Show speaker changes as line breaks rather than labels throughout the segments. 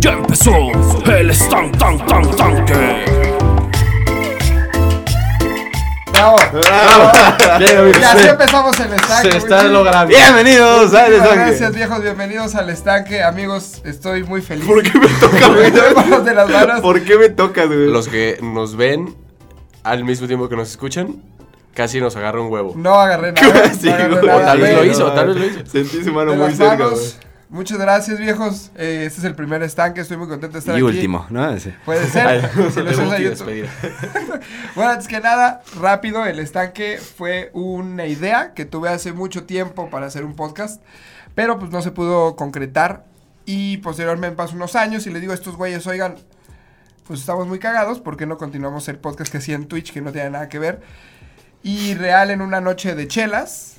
Ya empezó el stand tan tan tanque.
Bravo. Y así
Se,
empezamos el estanque.
se
muy
está
bien.
logrando.
Bienvenidos a
Muchísimas
Estanque.
Gracias viejos, bienvenidos al estanque. Amigos, estoy muy feliz.
¿Por qué me toca,
Me
güey?
tomo de las manos.
¿Por qué me tocas, güey?
Los que nos ven al mismo tiempo que nos escuchan, casi nos agarra un huevo.
No agarré nada.
Sí,
no agarré
güey.
nada,
O tal vez
güey.
lo hizo, tal vez lo hizo.
Sentí su
De
mano muy
las
cerca,
manos.
güey.
Muchas gracias viejos. Eh, este es el primer estanque, estoy muy contento de estar
Y
aquí.
último, ¿no? Ese.
Puede
Ay,
ser. si lo
debut
subes a
y
YouTube.
despedida.
Bueno, antes que nada, rápido, el estanque fue una idea que tuve hace mucho tiempo para hacer un podcast, pero pues no se pudo concretar y posteriormente pasó unos años y le digo a estos güeyes, oigan, pues estamos muy cagados, ¿por qué no continuamos el podcast que hacía en Twitch que no tiene nada que ver? Y real en una noche de chelas,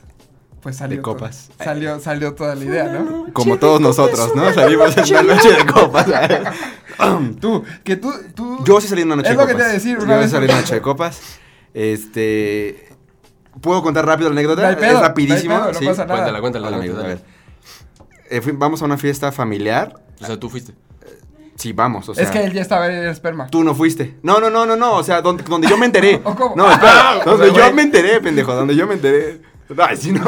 pues salió.
De
todo-
copas.
salió, salió toda la idea, ¿no?
Como todos nosotros, ¿no? Salimos en una noche de copas.
Tú, que tú, tú...
Yo sí salí en una noche
Es
de
lo
copas.
que te iba a decir, una
Yo
vez-
sí salí en una noche de copas. Este. ¿Puedo contar rápido la anécdota?
No hay pedo,
es rapidísimo.
no hay pedo, no
sí. pues,
pasa nada.
Cuéntala, cuéntala.
La anécdota, a
cuéntala.
ver. Eh, fui- vamos a una fiesta familiar.
O sea, tú fuiste.
Sí, vamos. O sea,
es que él ya estaba en el esperma.
Tú no fuiste. No, no, no, no, no. O sea, donde, donde yo me enteré.
¿O cómo?
No, espera. Donde
Ah, güey.
yo me enteré, pendejo. Donde yo me enteré. Ay, sí, no.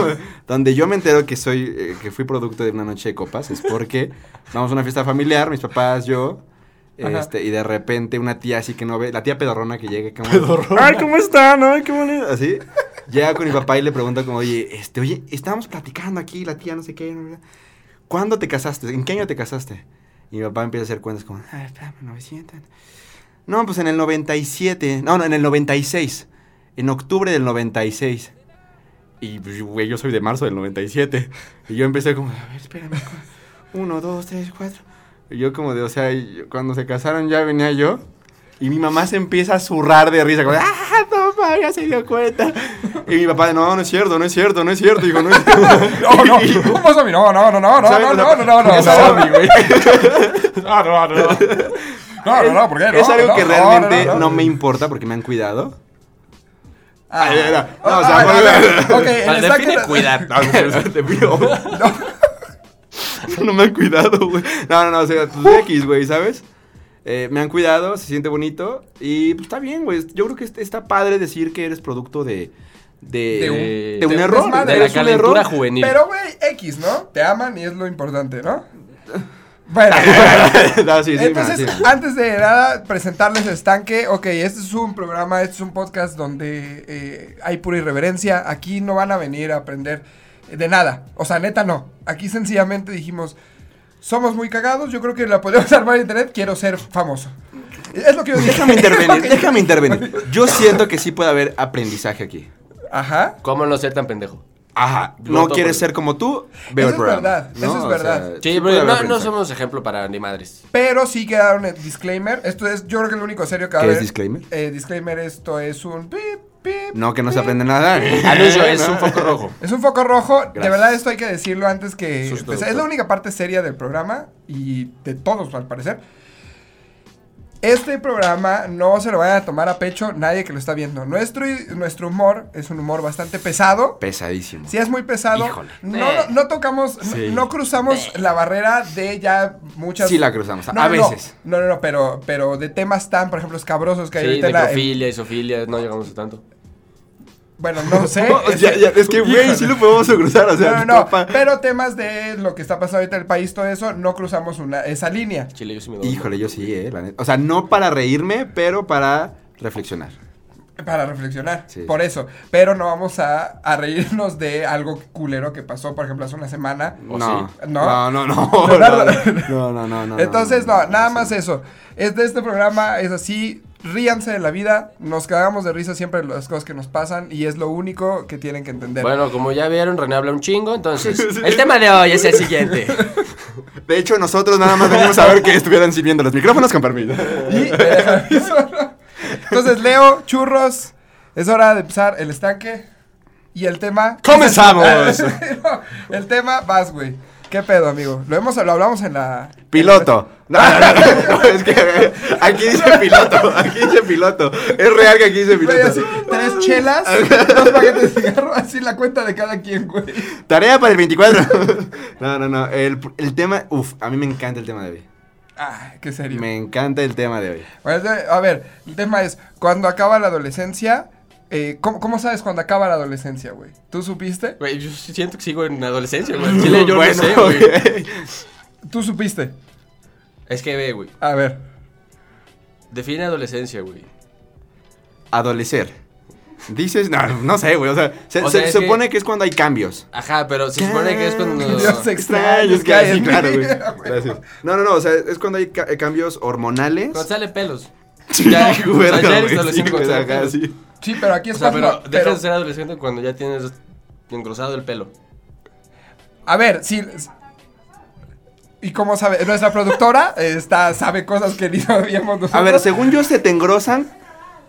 Donde yo me entero que soy, eh, que fui producto de una noche de copas es porque vamos a una fiesta familiar, mis papás, yo.
Ajá.
Este, y de repente una tía así que no ve, la tía pedorrona que llega como, Ay, ¿cómo están? Ay, qué bonito. Así. Llega con mi papá y le pregunta como, oye, este, oye, estábamos platicando aquí, la tía no sé qué. no, no, no. ¿Cuándo te casaste? ¿En qué año te casaste? Y mi papá empieza a hacer cuentas como, ah, espérame, 900. No, pues en el 97. No, no, en el 96. En octubre del 96. Y, pues, güey, yo soy de marzo del 97. Y yo empecé como, a ver, espérame. cu- Uno, dos, tres, cuatro. Y yo como de, o sea, y yo- cuando se casaron ya venía yo. Y mi mamá se empieza a zurrar de risa, como, ¡ah, no, ma, ya se dio cuenta! Y mi papá, no, no es cierto, no es cierto, no es cierto. Dijo, no es cierto. Oh,
No, no, ¿cómo pasó a mí? No, no, no, no, no,
¿Saben?
no, no, no, no, no,
Esa-
no, no,
güey.
Ah, no, no.
no, no, no, ¿por qué no?
es algo
no,
que
no,
realmente no me importa porque me han cuidado.
Ah,
Ay, era. No,
ah,
o sea,
ah,
fue-
ah, ah, ok, el estanque
define
no-
cuidar.
Te pido. No me han cuidado, güey. No, no, no, o sea, pues X, güey, ¿sabes? Eh, me han cuidado, se siente bonito y pues está bien, güey. Yo creo que est- está padre decir que eres producto de... De,
De un-
de
de
un
un
error.
desmadre.
De la
eres un
calentura
error.
juvenil.
Pero, güey, X, ¿no? Te aman y es lo importante, ¿no? Bueno,
No, sí, sí,
entonces, ah,
man, sí.
antes de nada, presentarles Estanque. Ok, este es un programa, este es un podcast donde eh, hay pura irreverencia. Aquí no van a venir a aprender de nada. O sea, neta, no. Aquí sencillamente dijimos, somos muy cagados, yo creo que la podemos armar en internet, quiero ser famoso. Es lo que yo dije.
Déjame intervenir, déjame intervenir. Yo siento que sí puede haber aprendizaje aquí.
Ajá.
¿Cómo no ser tan pendejo?
Ajá,
Lo
no
topo.
quieres ser como tú,
Eso
veo el
es
programa.
verdad,
¿no?
eso es
O sea,
verdad.
puede
Sí, pero
haber
no, no
aprendizaje.
somos ejemplo para ni madres.
Pero sí quedaron el disclaimer. Esto es, yo creo que lo único serio que va a
¿Qué es
haber-
disclaimer?
Eh, disclaimer, esto es un pip, pip,
No, que no se
pip.
aprende nada.
Anuncio, Ah, es un foco rojo.
Es un foco rojo. De
Gracias.
verdad, esto hay que decirlo antes que empezar.
Sus
Es
productos.
la única parte seria del programa y de todos, al parecer. Este programa no se lo vayan a tomar a pecho nadie que lo está viendo. Nuestro, nuestro humor es un humor bastante pesado.
Pesadísimo.
Sí, es muy pesado.
Híjole.
No, no, no tocamos, no-
Sí.
no, cruzamos la barrera de ya muchas.
Sí la cruzamos, a
No, no, no.
veces.
No, no, no, pero, pero de temas tan, por ejemplo, escabrosos que hay
Sí,
ahorita en la-
necrofilia, isofilia, no llegamos a tanto.
Bueno, no sé.
No, ya, ya, es que, güey,
¿eh? Híjole.
sí lo podemos cruzar, o sea,
No, no, no,
papá.
pero temas de lo que está pasando ahorita en el país, todo eso, no cruzamos una, esa línea.
Chile, yo sí me doy.
Híjole, yo sí, eh, la neta. O sea, no para reírme, pero para reflexionar.
Para reflexionar,
Sí.
por eso. Pero no vamos a, a reírnos de algo culero que pasó, por ejemplo, hace una semana.
¿O
No,
sí?
¿No?
no, no, no,
Leonardo.
no, no, no, no,
Entonces, no, nada más
sí.
eso. Este, este programa es así, ríanse de la vida, nos cagamos de risa siempre de las cosas que nos pasan y es lo único que tienen que entender.
Bueno, como ya vieron, René habla un chingo, entonces. El tema de hoy es el siguiente.
De hecho, nosotros nada más venimos a ver que estuvieran sirviendo los micrófonos con permiso.
Y me dejan solo. Entonces, Leo, churros, es hora de empezar el estanque. Y el tema.
¡Comenzamos!
No, el tema, vas, güey. ¿Qué pedo, amigo? Lo, hemos, lo hablamos en la.
Piloto. No, no, no, no, es que eh, aquí dice piloto, aquí dice piloto. Es real que aquí dice
Güey,
piloto.
así, tres chelas, dos paquetes de cigarro, así la cuenta de cada quien, güey.
Tarea para el 24. no, no, no. El, el tema, uff, a mí me encanta el tema de hoy.
Ah, qué serio.
Me encanta el tema de hoy.
Pues, eh, a ver, el tema es, cuando acaba la adolescencia, eh, ¿cómo, cómo sabes cuando acaba la adolescencia, güey? ¿Tú supiste?
Güey, yo siento que sigo en la adolescencia, güey. En Chile yo
Bueno,
no sé, güey.
ok.
Tú supiste.
Es que ve, güey.
A ver.
Define adolescencia, güey.
Adolecer. Dices, no, no sé, güey. O sea, se,
O
se-
sea, es
se
que-
supone que es cuando hay cambios.
Ajá, pero se supone que es cuando.
Dios,
Cuando
extraños que hay en
claro,
mí.
güey.
A huevo.
Gracias. No, no, no, o sea, es cuando hay ca- cambios hormonales.
sale pelos.
Sí,
Ya,
güey,
o sea, ya
güey,
eres
sí,
adolescente
güey,
cuando
ajá,
sales.
sí.
Sí, pero aquí
O
es
sea,
cuando-
pero dejas
pero-
de ser adolescente cuando ya tienes engrosado el pelo.
A ver, sí. ¿Y cómo sabe? Nuestra productora eh, está, sabe cosas que ni sabíamos nosotros.
A ver, según yo, se te engrosan.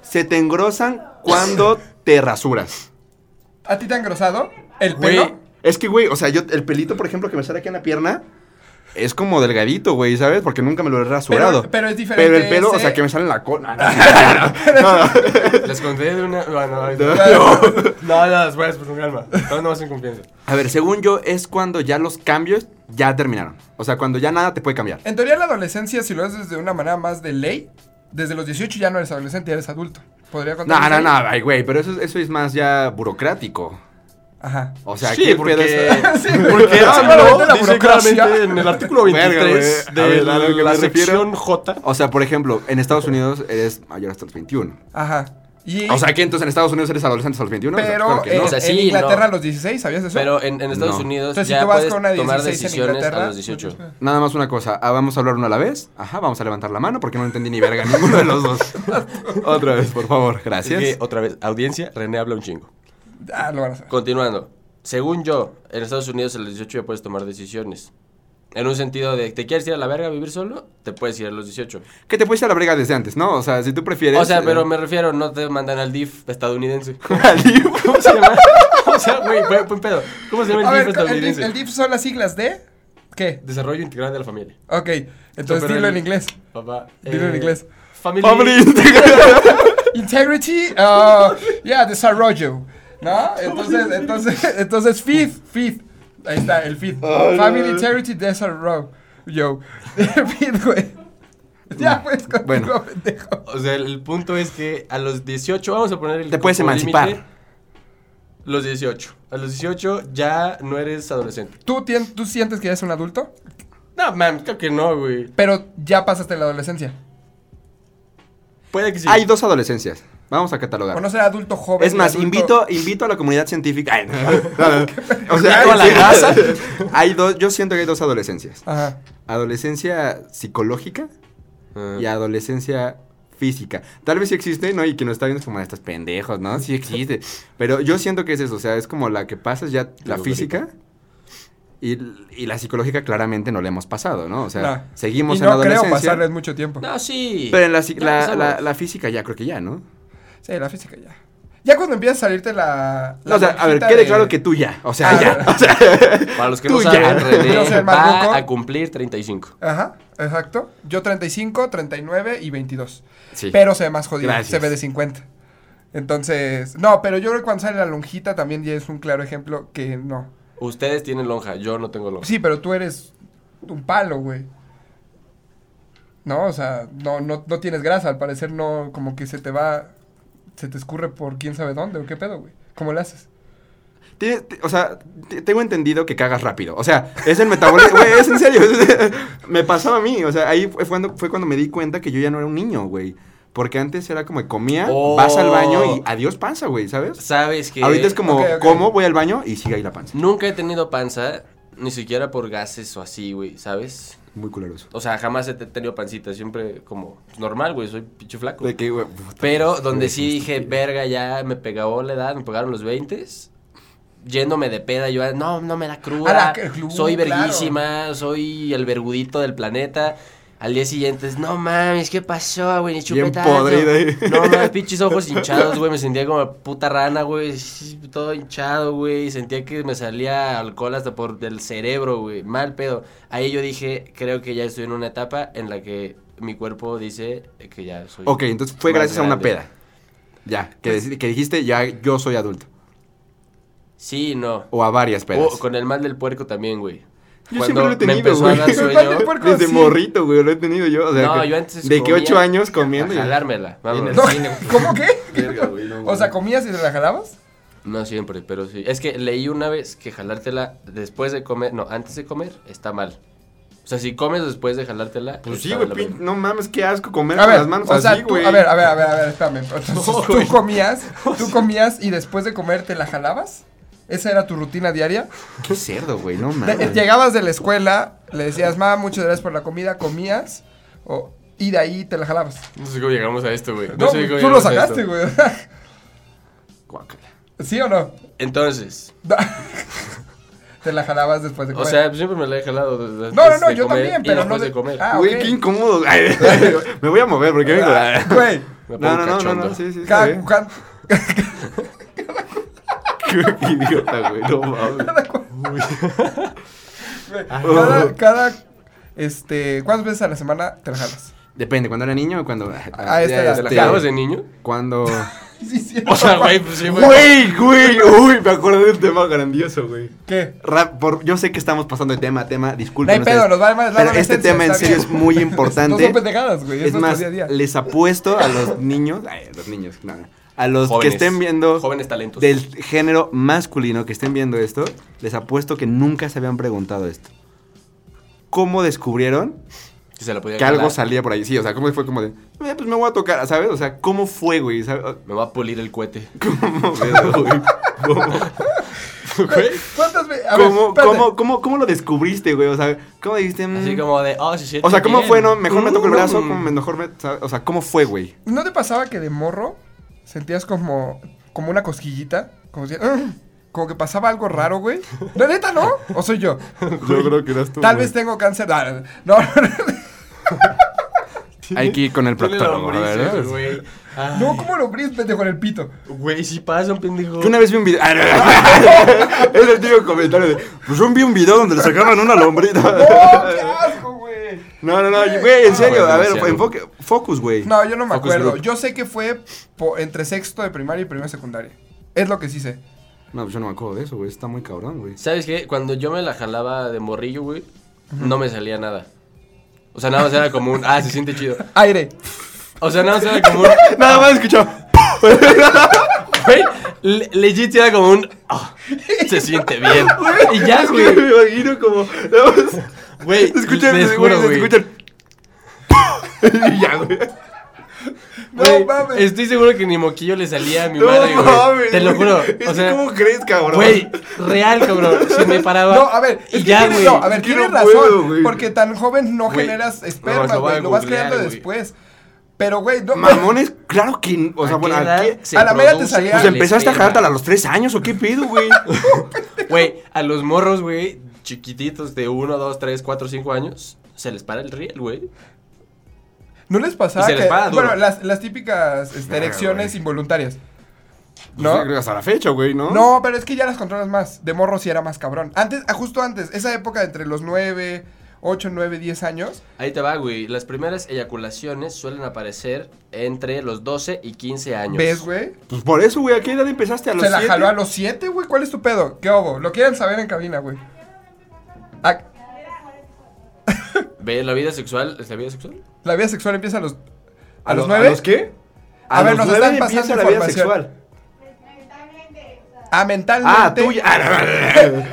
Se te engrosan cuando te rasuras.
¿A ti te ha engrosado el
Güey.
pelo?
Es que, güey, o sea, yo, el pelito, por ejemplo, que me sale aquí en la pierna. Es como delgadito, güey, ¿sabes? Porque nunca me lo he rasurado.
Pero- pero es diferente
Pero el pelo, o
ese-
sea, que me sale en la cola. No, no, no.
Les conté de una. Bueno, no, no, no, no, las voy a decir con calma. No, no vas en confianza.
A ver, según yo, es cuando ya los cambios ya terminaron. O sea, cuando ya nada te puede cambiar.
En teoría, la adolescencia, si lo haces de una manera más de ley, desde los 18 ya no eres adolescente, ya eres adulto. Podría contar.
No, no,
eso?
no, ay, güey, pero eso, eso es más ya burocrático.
Ajá.
O sea,
Sí,
¿qué
porque-
pedo es-
Sí, güey.
Porque
Sí, claramente
AMLO
la
Ah, dice
burocracia.
claramente en el artículo
Verga,
23
güey. Ah, A
de
ver, a lo que me
la
refiero.
sección J.
O sea, por ejemplo, en Estados Unidos eres mayor hasta los 21.
Ajá. Y,
O sea, que entonces en Estados Unidos eres adolescente hasta los 21. O sea,
pero
claro que
en,
no.
O sea,
en
sí,
Inglaterra
no.
a los 16, ¿sabías eso?
Pero en, en Estados
No.
Unidos
Entonces, si
ya
tú vas
puedes
con una de
tomar
16 en
decisiones a
Inglaterra, pues,
los 18.
Nada más una cosa, ah, vamos a hablar uno a la vez. Ajá, vamos a levantar la mano porque no entendí ni verga ninguno de los dos. Otra vez, por favor,
Así
gracias.
que, otra vez, audiencia, René habla un chingo.
Ah, lo van a hacer.
Continuando. Según yo, en Estados Unidos a los 18 ya puedes tomar decisiones. En un sentido de, ¿te quieres ir a la verga a vivir solo? Te puedes ir a los 18.
Que te pusiste a la brega desde antes, ¿no? O sea, si tú prefieres.
O sea, pero
eh,
me refiero, no te mandan al DIF estadounidense.
adiós.
¿Cómo se llama? O sea, güey, buen, buen pedo. ¿Cómo se llama
A
el
ver, el
DIF
DIF,
estadounidense?
el DIF son las siglas de. ¿Qué?
Desarrollo integral de la familia.
Ok, entonces
pero
dilo
el-
en inglés.
Papá. eh,
Dilo en inglés.
Family.
Integrity, uh, yeah, desarrollo. ¿No? Entonces, entonces, entonces, fifth, fifth. Ahí está, el fifth. Family, integrity, desarrollo. Yo. fifth, güey. Ya, pues,
Bueno.
bueno. pendejo.
O sea, el punto es que a los 18, vamos a poner el.
Te puedes
como
emancipar.
límite, Los 18. A los 18 ya no eres adolescente.
¿Tú, tien- ¿Tú sientes que eres un adulto?
No, man, creo que no, güey.
Pero ya pasaste la adolescencia.
Puede que sí.
Hay dos adolescencias. Vamos a catalogar.
O no ser adulto joven.
Es más,
adulto-
invito, invito a la comunidad científica. Ay, no, no, no. O
Hago
sea,
la grasa.
hay dos, yo siento que hay dos adolescencias.
Ajá.
Adolescencia psicológica
Ah.
y adolescencia física. Tal vez sí existe, ¿no? Y que no está viendo es como estos pendejos, ¿no? Sí existe. Pero yo siento que es eso, o sea, es como la que pasas ya la
Digo,
física. Y, y la psicológica claramente no la hemos pasado, ¿no? O sea,
No.
seguimos
Y
en la
no creo
adolescencia.
pasarles mucho tiempo.
No, sí.
Pero en la, si-
Ya
la-
pasamos.
la- la física ya creo que ya, ¿no?
Sí, la física ya. Ya cuando empieza a salirte la. la
No, o sea, a ver,
lonjita
quede
de-
claro que tú ya. O sea,
Ah,
ya.
bueno.
O sea,
Para los que no
Tú ya.
saben, René
Yo soy el más ruco.
va a cumplir 35.
Ajá, exacto. Yo 35, 39 y 22.
Sí.
Pero se ve más jodido,
Gracias.
se ve de 50. Entonces, no, pero yo creo que cuando sale la lonjita también ya es un claro ejemplo que no.
Ustedes tienen lonja, yo no tengo lonja.
Sí, pero tú eres un palo, güey. No, o sea, no, no, no tienes grasa, al parecer no, como que se te va, se te escurre por quién sabe dónde o qué pedo, güey. ¿Cómo le haces?
Tiene- te- o sea, te- tengo entendido que cagas rápido. O sea, es el metabolismo. Güey, es en serio. es- me pasaba a mí. O sea, ahí fue cuando, fue cuando me di cuenta que yo ya no era un niño, güey. Porque antes era como que comía,
Oh.
vas al baño y adiós panza, güey, ¿sabes?
Sabes que.
Ahorita es como,
Ok, ok.
como, voy al baño y sigue ahí la panza.
Nunca he tenido panza, ni siquiera por gases o así, güey, ¿sabes?
Muy culeroso.
O sea, jamás he te- tenido pancita, siempre como pues, normal, güey, soy pinche flaco.
De que, güey, puta,
Pero
güey,
donde
es
sí dije,
estúpido.
verga, ya me pegó la edad, me pegaron los 20 yéndome de peda, yo, no, no me da
A la
Ah,
cruda,
que-
uh,
claro.
soy verguísima, soy el vergudito del planeta. Al día siguiente, es, no mames, ¿qué pasó, güey? Ni
Bien
chupetazo.
podrido ahí.
No mames, pinches ojos hinchados, güey. Me sentía como puta rana, güey. sí, Todo hinchado, güey. Sentía que me salía alcohol hasta por el cerebro, güey. Mal pedo. Ahí yo dije, creo que ya estoy en una etapa en la que mi cuerpo dice que ya soy.
Ok, entonces fue
más
gracias a una
grande.
peda. Ya, que, deci- que dijiste, ya yo soy adulto.
Sí, no.
O a varias pedas.
O con el mal del puerco también, güey.
Yo
Cuando
siempre lo he
me
tenido,
empezó a
güey.
dar sueño.
Yo puerco
Desde
así.
morrito, güey, lo he tenido yo. O sea,
No,
que-
yo antes
De que
comía
ocho años
A
comiendo. y-
jalármela.
En el
Vamos.
No,
cine, güey.
¿Cómo qué?
Verga, güey, no,
o sea,
güey.
¿comías y te la jalabas?
No siempre, pero sí. Es que leí una vez que jalártela después de comer, no, antes de comer, está mal. O sea, si comes después de jalártela.
Pues sí,
está
güey,
mal.
pin- no mames, qué asco comer
A
con
ver,
las manos
o sea,
así,
tú,
güey.
a ver, a ver, a ver, a ver, espérame. Entonces,
No,
¿tú
güey.
comías? ¿Tú comías y después de comer te la jalabas? ¿Esa era tu rutina diaria?
Qué cerdo, güey, no
De- eh,
mames.
llegabas de la escuela, le decías, ma, muchas gracias por la comida, comías o, y de ahí te la jalabas.
No sé cómo llegamos a esto, güey. No,
No,
sé cómo
tú lo
llegamos a esto.
sacaste, güey.
Guácala.
¿Sí o no?
Entonces,
te la jalabas después de
o
comer.
sea, siempre me la he jalado. desde
no,
antes
no,
de
yo
comer
también,
y
pero no
después
de-
de comer.
Ah,
Güey,
ok.
qué incómodo. Ay, Me voy a mover porque vengo.
Ah, Güey,
Me
No,
pongo
no, no, no,
cachondo.
no, sí, sí, está
cada,
bien.
cada-
Qué idiota, güey, no mames.
güey,
Ah.
cada- cada, este, ¿cuántas veces a la semana te la jalas?
Depende, cuando era niño o cuando.
Ah, esta
ya,
edad.
¿Te la
este,
jalabas de niño?
Cuando.
Sí, sí,
O sea, güey, pues sí, güey.
Güey, güey, uy, me acordé de un tema grandioso, güey.
¿Qué?
Rap, por- yo sé que estamos pasando de tema a tema,
No hay
disculpen.
pedo,
ustedes,
nos vale más la
pero este
adolescencia,
tema en
está
serio
bien.
es muy
No
importante.
son pendejadas, güey,
es
es, nuestro
más,
día a día.
les apuesto a los niños, ay, a los niños, no, no, a los
Jóvenes.
que estén viendo
Jóvenes talentos.
del género masculino que estén viendo esto, les apuesto que nunca se habían preguntado esto. ¿Cómo descubrieron
Que se la podía
que algo
jalar.
salía por ahí? Sí, o sea, ¿cómo fue como de, "Eh, pues me voy a tocar, ¿sabes? O sea, ¿cómo fue, güey? ¿Sabes?
Me va a pulir el cohete.
¿Cómo, pedo, güey? ¿Cómo?
Güey.
¿Cuántas veces? A ver,
¿Cómo,
espérate.
cómo, cómo, cómo lo descubriste, güey? O sea, ¿cómo dijiste? mm?
Así como de, oh, sí, sí.
o sea, ¿cómo
bien.
fue? No, mejor me toco el brazo,
Mm.
¿cómo me- mejor me. sabe? O sea, ¿cómo fue, güey?
¿No te pasaba que de morro sentías como, como una cosquillita? Como, si- "Ugh", como que pasaba algo raro, güey. ¿La neta no? ¿O soy yo?
Yo creo que eras tú.
Tal vez tengo cáncer. Ah, No, no,
Hay que ir con el
Tiene
proctólogo,
lombrices,
¿verdad?
güey. Ay,
no, ¿cómo lo brís, pendejo, con el pito?
Güey, sí pasa un pendejo.
Yo una vez vi un video. Ah, no, no. es el típico comentario de. Pues yo vi un video donde le sacaban una
¡Oh,
lombrita.
qué asco, güey!
No, no, Ah, no, güey, en serio.
Fue
A ver,
demasiado.
enfoque. Focus, güey.
No, yo no me
Focus
acuerdo.
group.
Yo sé que fue po- entre sexto de primaria y primero de secundaria. Es lo que sí sé.
No, pues yo no me acuerdo de eso, güey. Está muy cabrón, güey.
¿Sabes qué? Cuando yo me la jalaba de morrillo, güey, no me salía nada. O sea, nada más era como un, ah, se siente chido.
Aire.
O sea, nada más era como un,
Nada más escuchado.
güey, le- legit era como un, ah, se siente bien. Y ya,
Me
güey,
imagino como. nada más-
güey,
Escuchan,
les
güey,
juro, güey.
escuchan. y ya, güey.
No
Güey,
mames.
Estoy seguro que ni moquillo le salía a mi madre, güey. Te lo juro.
Es
O
que
sea,
¿Cómo crees, cabrón?
güey, real, cabrón. Se me paraba.
No, a ver, es
Ah, y
que
ya,
tienes-
güey.
no, a ver,
Es que
tienes
no
razón,
puedo, güey.
porque tan joven no
Güey,
generas
no,
esperma,
se lo voy
güey,
a
lo vas
googlear,
creando
güey.
después. Pero, güey, no,
Mamones, claro que. O sea,
¿A
bueno,
qué edad
aquí.
se
a la media te
produce
salía-
Pues
el
empezaste a
esperma?
jalártela a los tres años, ¿o qué pedo, güey?
Güey, a los morros, güey, chiquititos de 1, 2, 3, 4, 5 años, se les para el riel, güey.
¿no les pasaba
Y se les
que-
para duro.
bueno, las, las típicas este,
Verga,
erecciones
güey.
involuntarias?
No,
¿No?
Pues creo que hasta la fecha, güey, ¿no?
No, pero es que ya las controlas más. De morro sí era más cabrón. Antes, ah, justo antes, esa época de entre los 9, 8, 9, 10 años.
Ahí te va, güey. Las primeras eyaculaciones suelen aparecer entre los 12 y 15 años.
¿Ves, güey?
Pues por eso, güey, ¿a qué edad empezaste a los
Se la
siete?
jaló a los 7, güey. ¿Cuál es tu pedo? ¿Qué obo? Lo quieren saber en cabina, güey. Ah,
¿Ve la vida sexual? ¿Es la vida sexual?
la vida sexual empieza a los. ¿A, los
lo-
9?
¿A los qué?
A ver, nos
nueve
están pasando
empieza la vida
información.
sexual.
Ah, mentalmente.
Ah, tuya. Ah, no, no, no.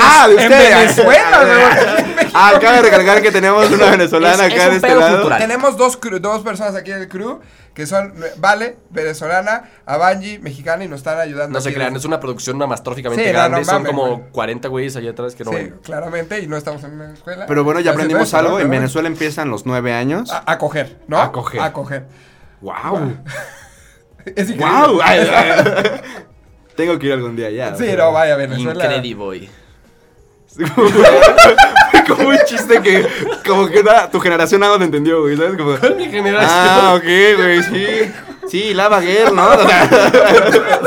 Ah,
de
En
ustedes.
Venezuela, güey.
Ah, acaba de recalcar que tenemos una venezolana
Es- es
acá
un
de este
pedo
lado.
cultural.
Tenemos dos, cru- dos personas aquí en el crew que son eh, Vale, venezolana, Abanji, mexicana y nos están ayudando.
No se
aquí.
crean, es una producción mastróficamente
Sí, no,
grande.
no
Son
mames,
como
güey.
40 güeyes allá atrás que no.
Sí, claramente, y no estamos en una escuela.
Pero bueno, ya
Entonces,
aprendimos
eso, ¿no?
algo.
Pero
En
bueno.
Venezuela empiezan los nueve años.
A, a coger, ¿no?
A coger.
A coger.
¡Wow!
Es increíble.
¡Wow! Ay, ay, ay. Tengo que ir algún día ya.
Sí, no, vaya, Venezuela.
Incredible.
Fue como un chiste que, como que nada, tu generación nada te entendió, güey, ¿sabes? Como,
Con mi generación.
ah, ok, güey, sí. Sí, la baguette, ¿no? O sea,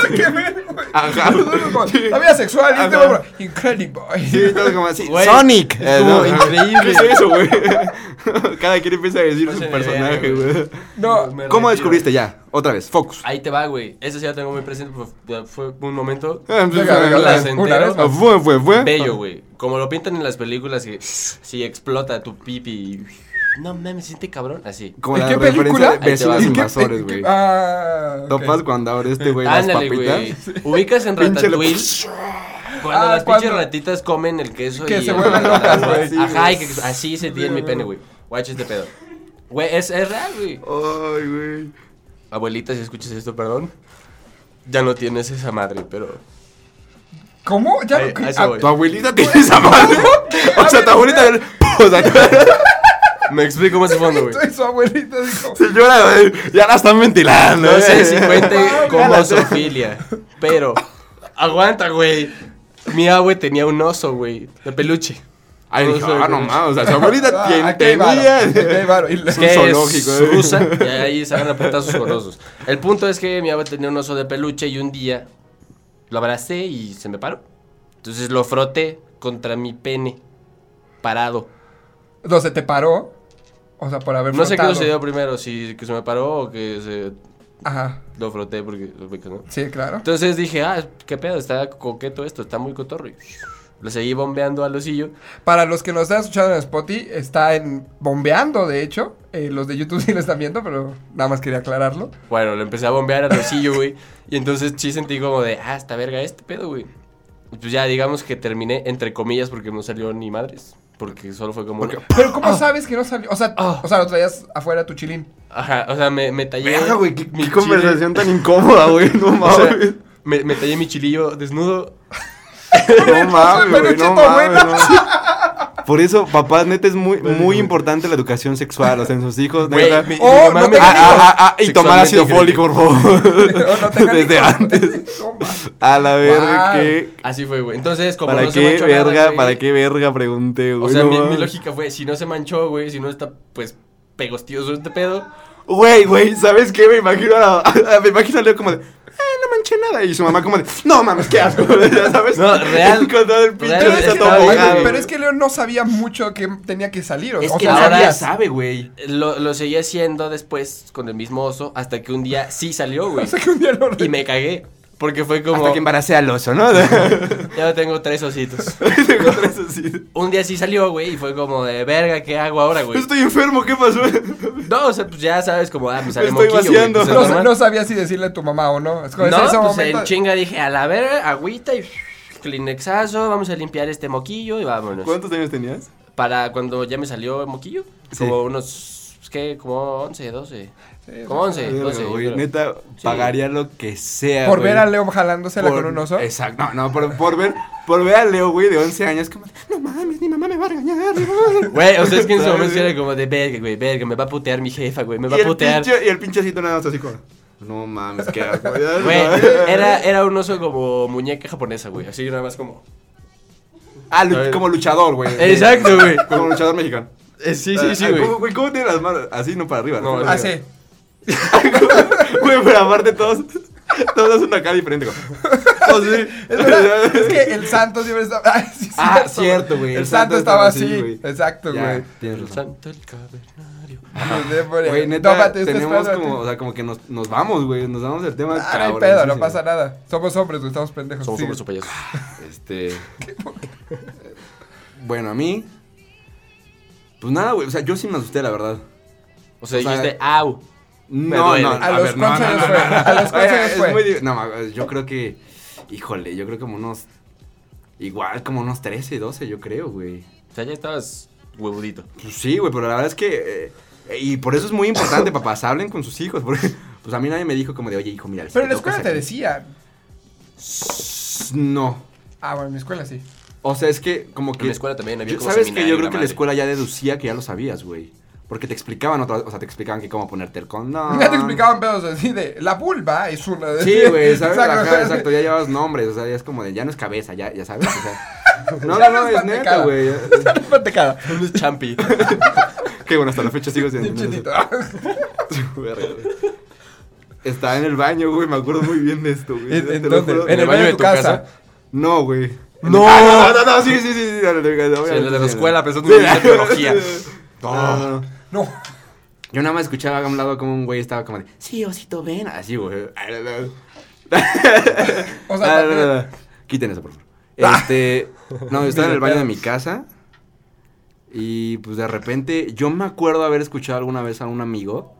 Qué ver, güey.
Ajá.
La vida sexual, y este
Ajá.
güey, Incredible.
Sí, todo como así.
Güey,
Sonic. Eh,
es como increíble.
¿Qué es eso, güey? Cada quien empieza a decir
No se
su
me
personaje,
ve,
güey.
No,
Me retiro.
¿Cómo descubriste ya? Otra vez, Focus.
Ahí te va, güey. Eso sí lo tengo muy presente. pues, fue- Fue un momento.
Ah,
venga, venga,
Las
venga, una vez
enteras.
más.
Fue, fue, fue.
Bello, güey. Como lo pintan en las películas, que si explota tu pipi. y- No mames, siente cabrón. Así.
Como
¿En
la
qué película?
referencia
Ahí
de
te
vecinos
va. ¿En
qué pe-
invasores,
en qué-
güey.
Ah, ok.
Topas cuando abre este güey las
Ándale, güey.
papitas.
Ubicas en
Pinche lo-
Ratatouille. Cuando
Ah,
las pinches
cuando-
ratitas comen el queso
Que
y.
se vuelven locas, güey.
Sí,
Ajá,
güey.
y que así se tiene en mi pene, güey. Guacha este pedo. Güey, es, es real, güey.
Ay, güey.
Abuelita, si escuchas esto, perdón. Ya no tienes esa madre, pero. Ah,
¿Cómo? Ya
Ahí-
no-
a eso voy.
Tu abuelita tiene esa madre. O sea, tu abuelita. O sea,
Me explico más a fondo, güey.
Entonces su abuelita dijo.
señora, güey, ya la están ventilando.
No sé
eh.
si cuente como
Ojalá.
zoofilia, pero. Aguanta, güey. Mi abue tenía un oso, güey, de peluche.
Ay, dije,
No sé,
ah, no
güey.
mames. O sea, su abuelita
"Ah,
tiene-
aquí hay varo, aquí hay
tenía.
varo". Y le-
un zoológico, eh.
rusa, y ahí se van a apretar sus corosos. El punto es que mi abue tenía un oso de peluche y un día lo abracé y se me paró. Entonces lo froté contra mi pene, parado.
No, se te paró. O sea, por haber
No sé qué
frotado.
sucedió primero, si que se me paró o que se
Ajá.
lo froté porque... ¿no?
Sí, claro.
Entonces dije, ah, qué pedo, está coqueto esto, está muy cotorro. Y Lo seguí bombeando al osillo.
Para los que nos están escuchando en Spotify, está en bombeando, de hecho. Eh, los de YouTube sí lo están viendo, pero nada más quería aclararlo.
Bueno, lo empecé a bombear al osillo, güey. Y entonces sí sentí como de, ah, esta verga este pedo, güey. Y pues ya digamos que terminé, entre comillas, porque no salió ni madres. Porque solo fue como... una-
Pero ¿cómo sabes que no salió? O sea,
Ah.
o sea, lo traías afuera de tu chilín.
Ajá, o sea, me, me tallé...
Verga, güey, qué,
mi
qué conversación tan incómoda, güey. No
chile- o sea,
mames.
me, me tallé mi chilillo desnudo.
No mames, güey,
peluchito
no mames. no. Por eso, papás, neta, es muy, muy importante la educación sexual, o sea, en sus hijos,
Güey,
neta.
mi- mi
Oh,
mamá
no
me-
tengo
Ah, ah, ah, ah, y
Sexualmente
tomar ácido
increíble.
fólico, por favor.
No, no tengan
Desde
hijos.
antes.
No mames.
A la verga,
Wow.
qué.
Así fue, güey. Entonces, como
¿Para
no se
qué
manchó nada,
verga?
güey,
¿Para qué verga? Pregunté, güey.
O sea,
no
mi, mi
mames.
lógica fue, si no se manchó, güey, si no está, pues, pegostioso este pedo.
Güey, güey, ¿sabes qué? Me imagino a, a- me imagino a Leo como de, "Ah, no manché nada. Y su mamá como de, no mames, qué asco. Ya sabes.
No, real.
Con todo el pinche
Real,
Pero, es
de
está
que,
esa
no,
todo mojado,
pero-
tobogán,
güey.
pero es que Leo no sabía mucho que tenía que salir. O,
Es
o
que
sea,
ahora
sabías.
sabe, güey.
Lo, lo seguí haciendo después con el mismo oso hasta que un día sí salió, güey.
O sea, que un día lo
Y me cagué. Porque fue como.
Hasta que embaracé al oso, ¿no? Tengo
Ya tengo tres ositos.
tres así.
Un día sí salió, güey, y fue como de verga, ¿qué hago ahora, güey?
Estoy enfermo, ¿qué pasó?
No, o sea, pues ya sabes, como, ah, pues sale
Estoy
moquillo, güey,
vaciando.
pues, es
no,
normal.
no sabía si decirle a tu mamá o no. Es como,
No,
es ese
pues
momento-
en chinga dije, a la verga, agüita y Kleenexazo, vamos a limpiar este moquillo y vámonos.
¿Cuántos años tenías?
Para cuando ya me salió moquillo,
Sí.
como unos, ¿qué? Como 11, 12.
Sí,
como 11, 12.
Verga,
yo
güey,
creo.
neta, pagaría lo que sea.
Por
güey.
ver a Leo jalándosela
Por-
con un oso.
Exacto, no, no, por, por ver, por ver a Leo, güey, de 11 años, como, no mames, mi mamá me va a regañar. mi mamá me va a regañar".
Güey, o sea, es que en su
¿Sabes,
momento
güey?
era como de verga, güey, verga, me va a putear mi jefa, güey, me va
y
a putear.
El pinche, y el pinchecito nada más así como. No mames, qué asco. ya,
Güey,
no.
era, era un oso como muñeca japonesa, güey, así nada más como.
Ah, lu- como luchador, güey.
Exacto, güey.
Como luchador mexicano.
Eh, Sí, sí, sí,
Ah,
güey.
¿Cómo, güey, ¿cómo tiene las manos? Así, no para arriba.
No,
así para
Ah,
arriba.
sí. Ah,
Güey, pero aparte todos. Todos hacen una cara diferente. Como, oh, sí.
Es, verdad, es que el santo siempre estaba. Ah, sí, es
Ah, cierto, güey,
El, santo, estaba así.
güey.
Exacto,
Ya,
güey.
tienes
El
razón.
santo el cavernario.
Ah,
De- por-
Güey,
no,
neta,
espérate, estoy
tenemos
esperando a ti.
como, o sea, como que nos, nos vamos, güey, nos damos el tema.
Ah, no hay
cabrón,
pedo,
sí,
no
sí.
pasa nada. Somos hombres, güey, estamos pendejos.
Somos
Sí.
hombres o payasos.
Este. bueno, a mí. Pues nada, güey, o sea, yo sí me asusté, la verdad.
O sea,
O sea,
dijiste, au. Me
No,
duele.
no,
A los
no,
cuántos
no,
años
no,
fue,
no, no.
a los cuántos
Oye,
años
es
fue.
muy di- No, ma- yo creo que, híjole, yo creo como unos, igual como unos 13, 12, yo creo, güey.
O sea, ya estabas huevudito.
Pues sí, güey, pero la verdad es que, eh, y por eso es muy importante, papás, hablen con sus hijos, porque pues a mí nadie me dijo como de, oye, hijo, mira. si
Pero en la
tocas
escuela te
aquí-
decían.
No,
Ah, bueno, en mi escuela sí.
o sea, es que como que.
En la escuela también había
Yo-
como
¿Sabes que
seminario,
yo creo que
madre.
la escuela ya deducía que ya lo sabías, güey? Porque te explicaban otra, o sea, te explicaban que cómo ponerte el condón.
Ya te explicaban pedos así de. La vulva es una de.
Ah. Sí, güey, ¿sabes? Ajá,
Exacto,
Exacto,
¿sabes?
ya llevabas nombres, o sea, ya es como de, ya no es cabeza, ya, ya sabes, o sea. No,
Ya
no, no,
no es
es neta,
mantecada.
güey.
Ya no es mantecada.
Un champi.
Qué bueno, hasta la fecha sigo
Bien
siendo.
chetito.
Verga, güey. Estaba en el baño, güey, me acuerdo muy bien de esto, güey.
¿En-
te
en
lo
dónde?
juro.
En el baño de tu casa.
No, güey.
No.
Ah, no, no, no, sí, sí, sí. sí, no, no, no, obviamente
de la
sí, no.
escuela, pensando en una biología.
No, no, no.
No.
Yo nada más escuchaba a un lado como un güey estaba como de, sí, osito, ven. Así, güey. Ay, no, no.
O
Ah,
sea, Ah.
no, no, no. Quiten eso, por favor. Este. No, yo estaba en el baño de mi casa. Y pues de repente, yo me acuerdo haber escuchado alguna vez a un amigo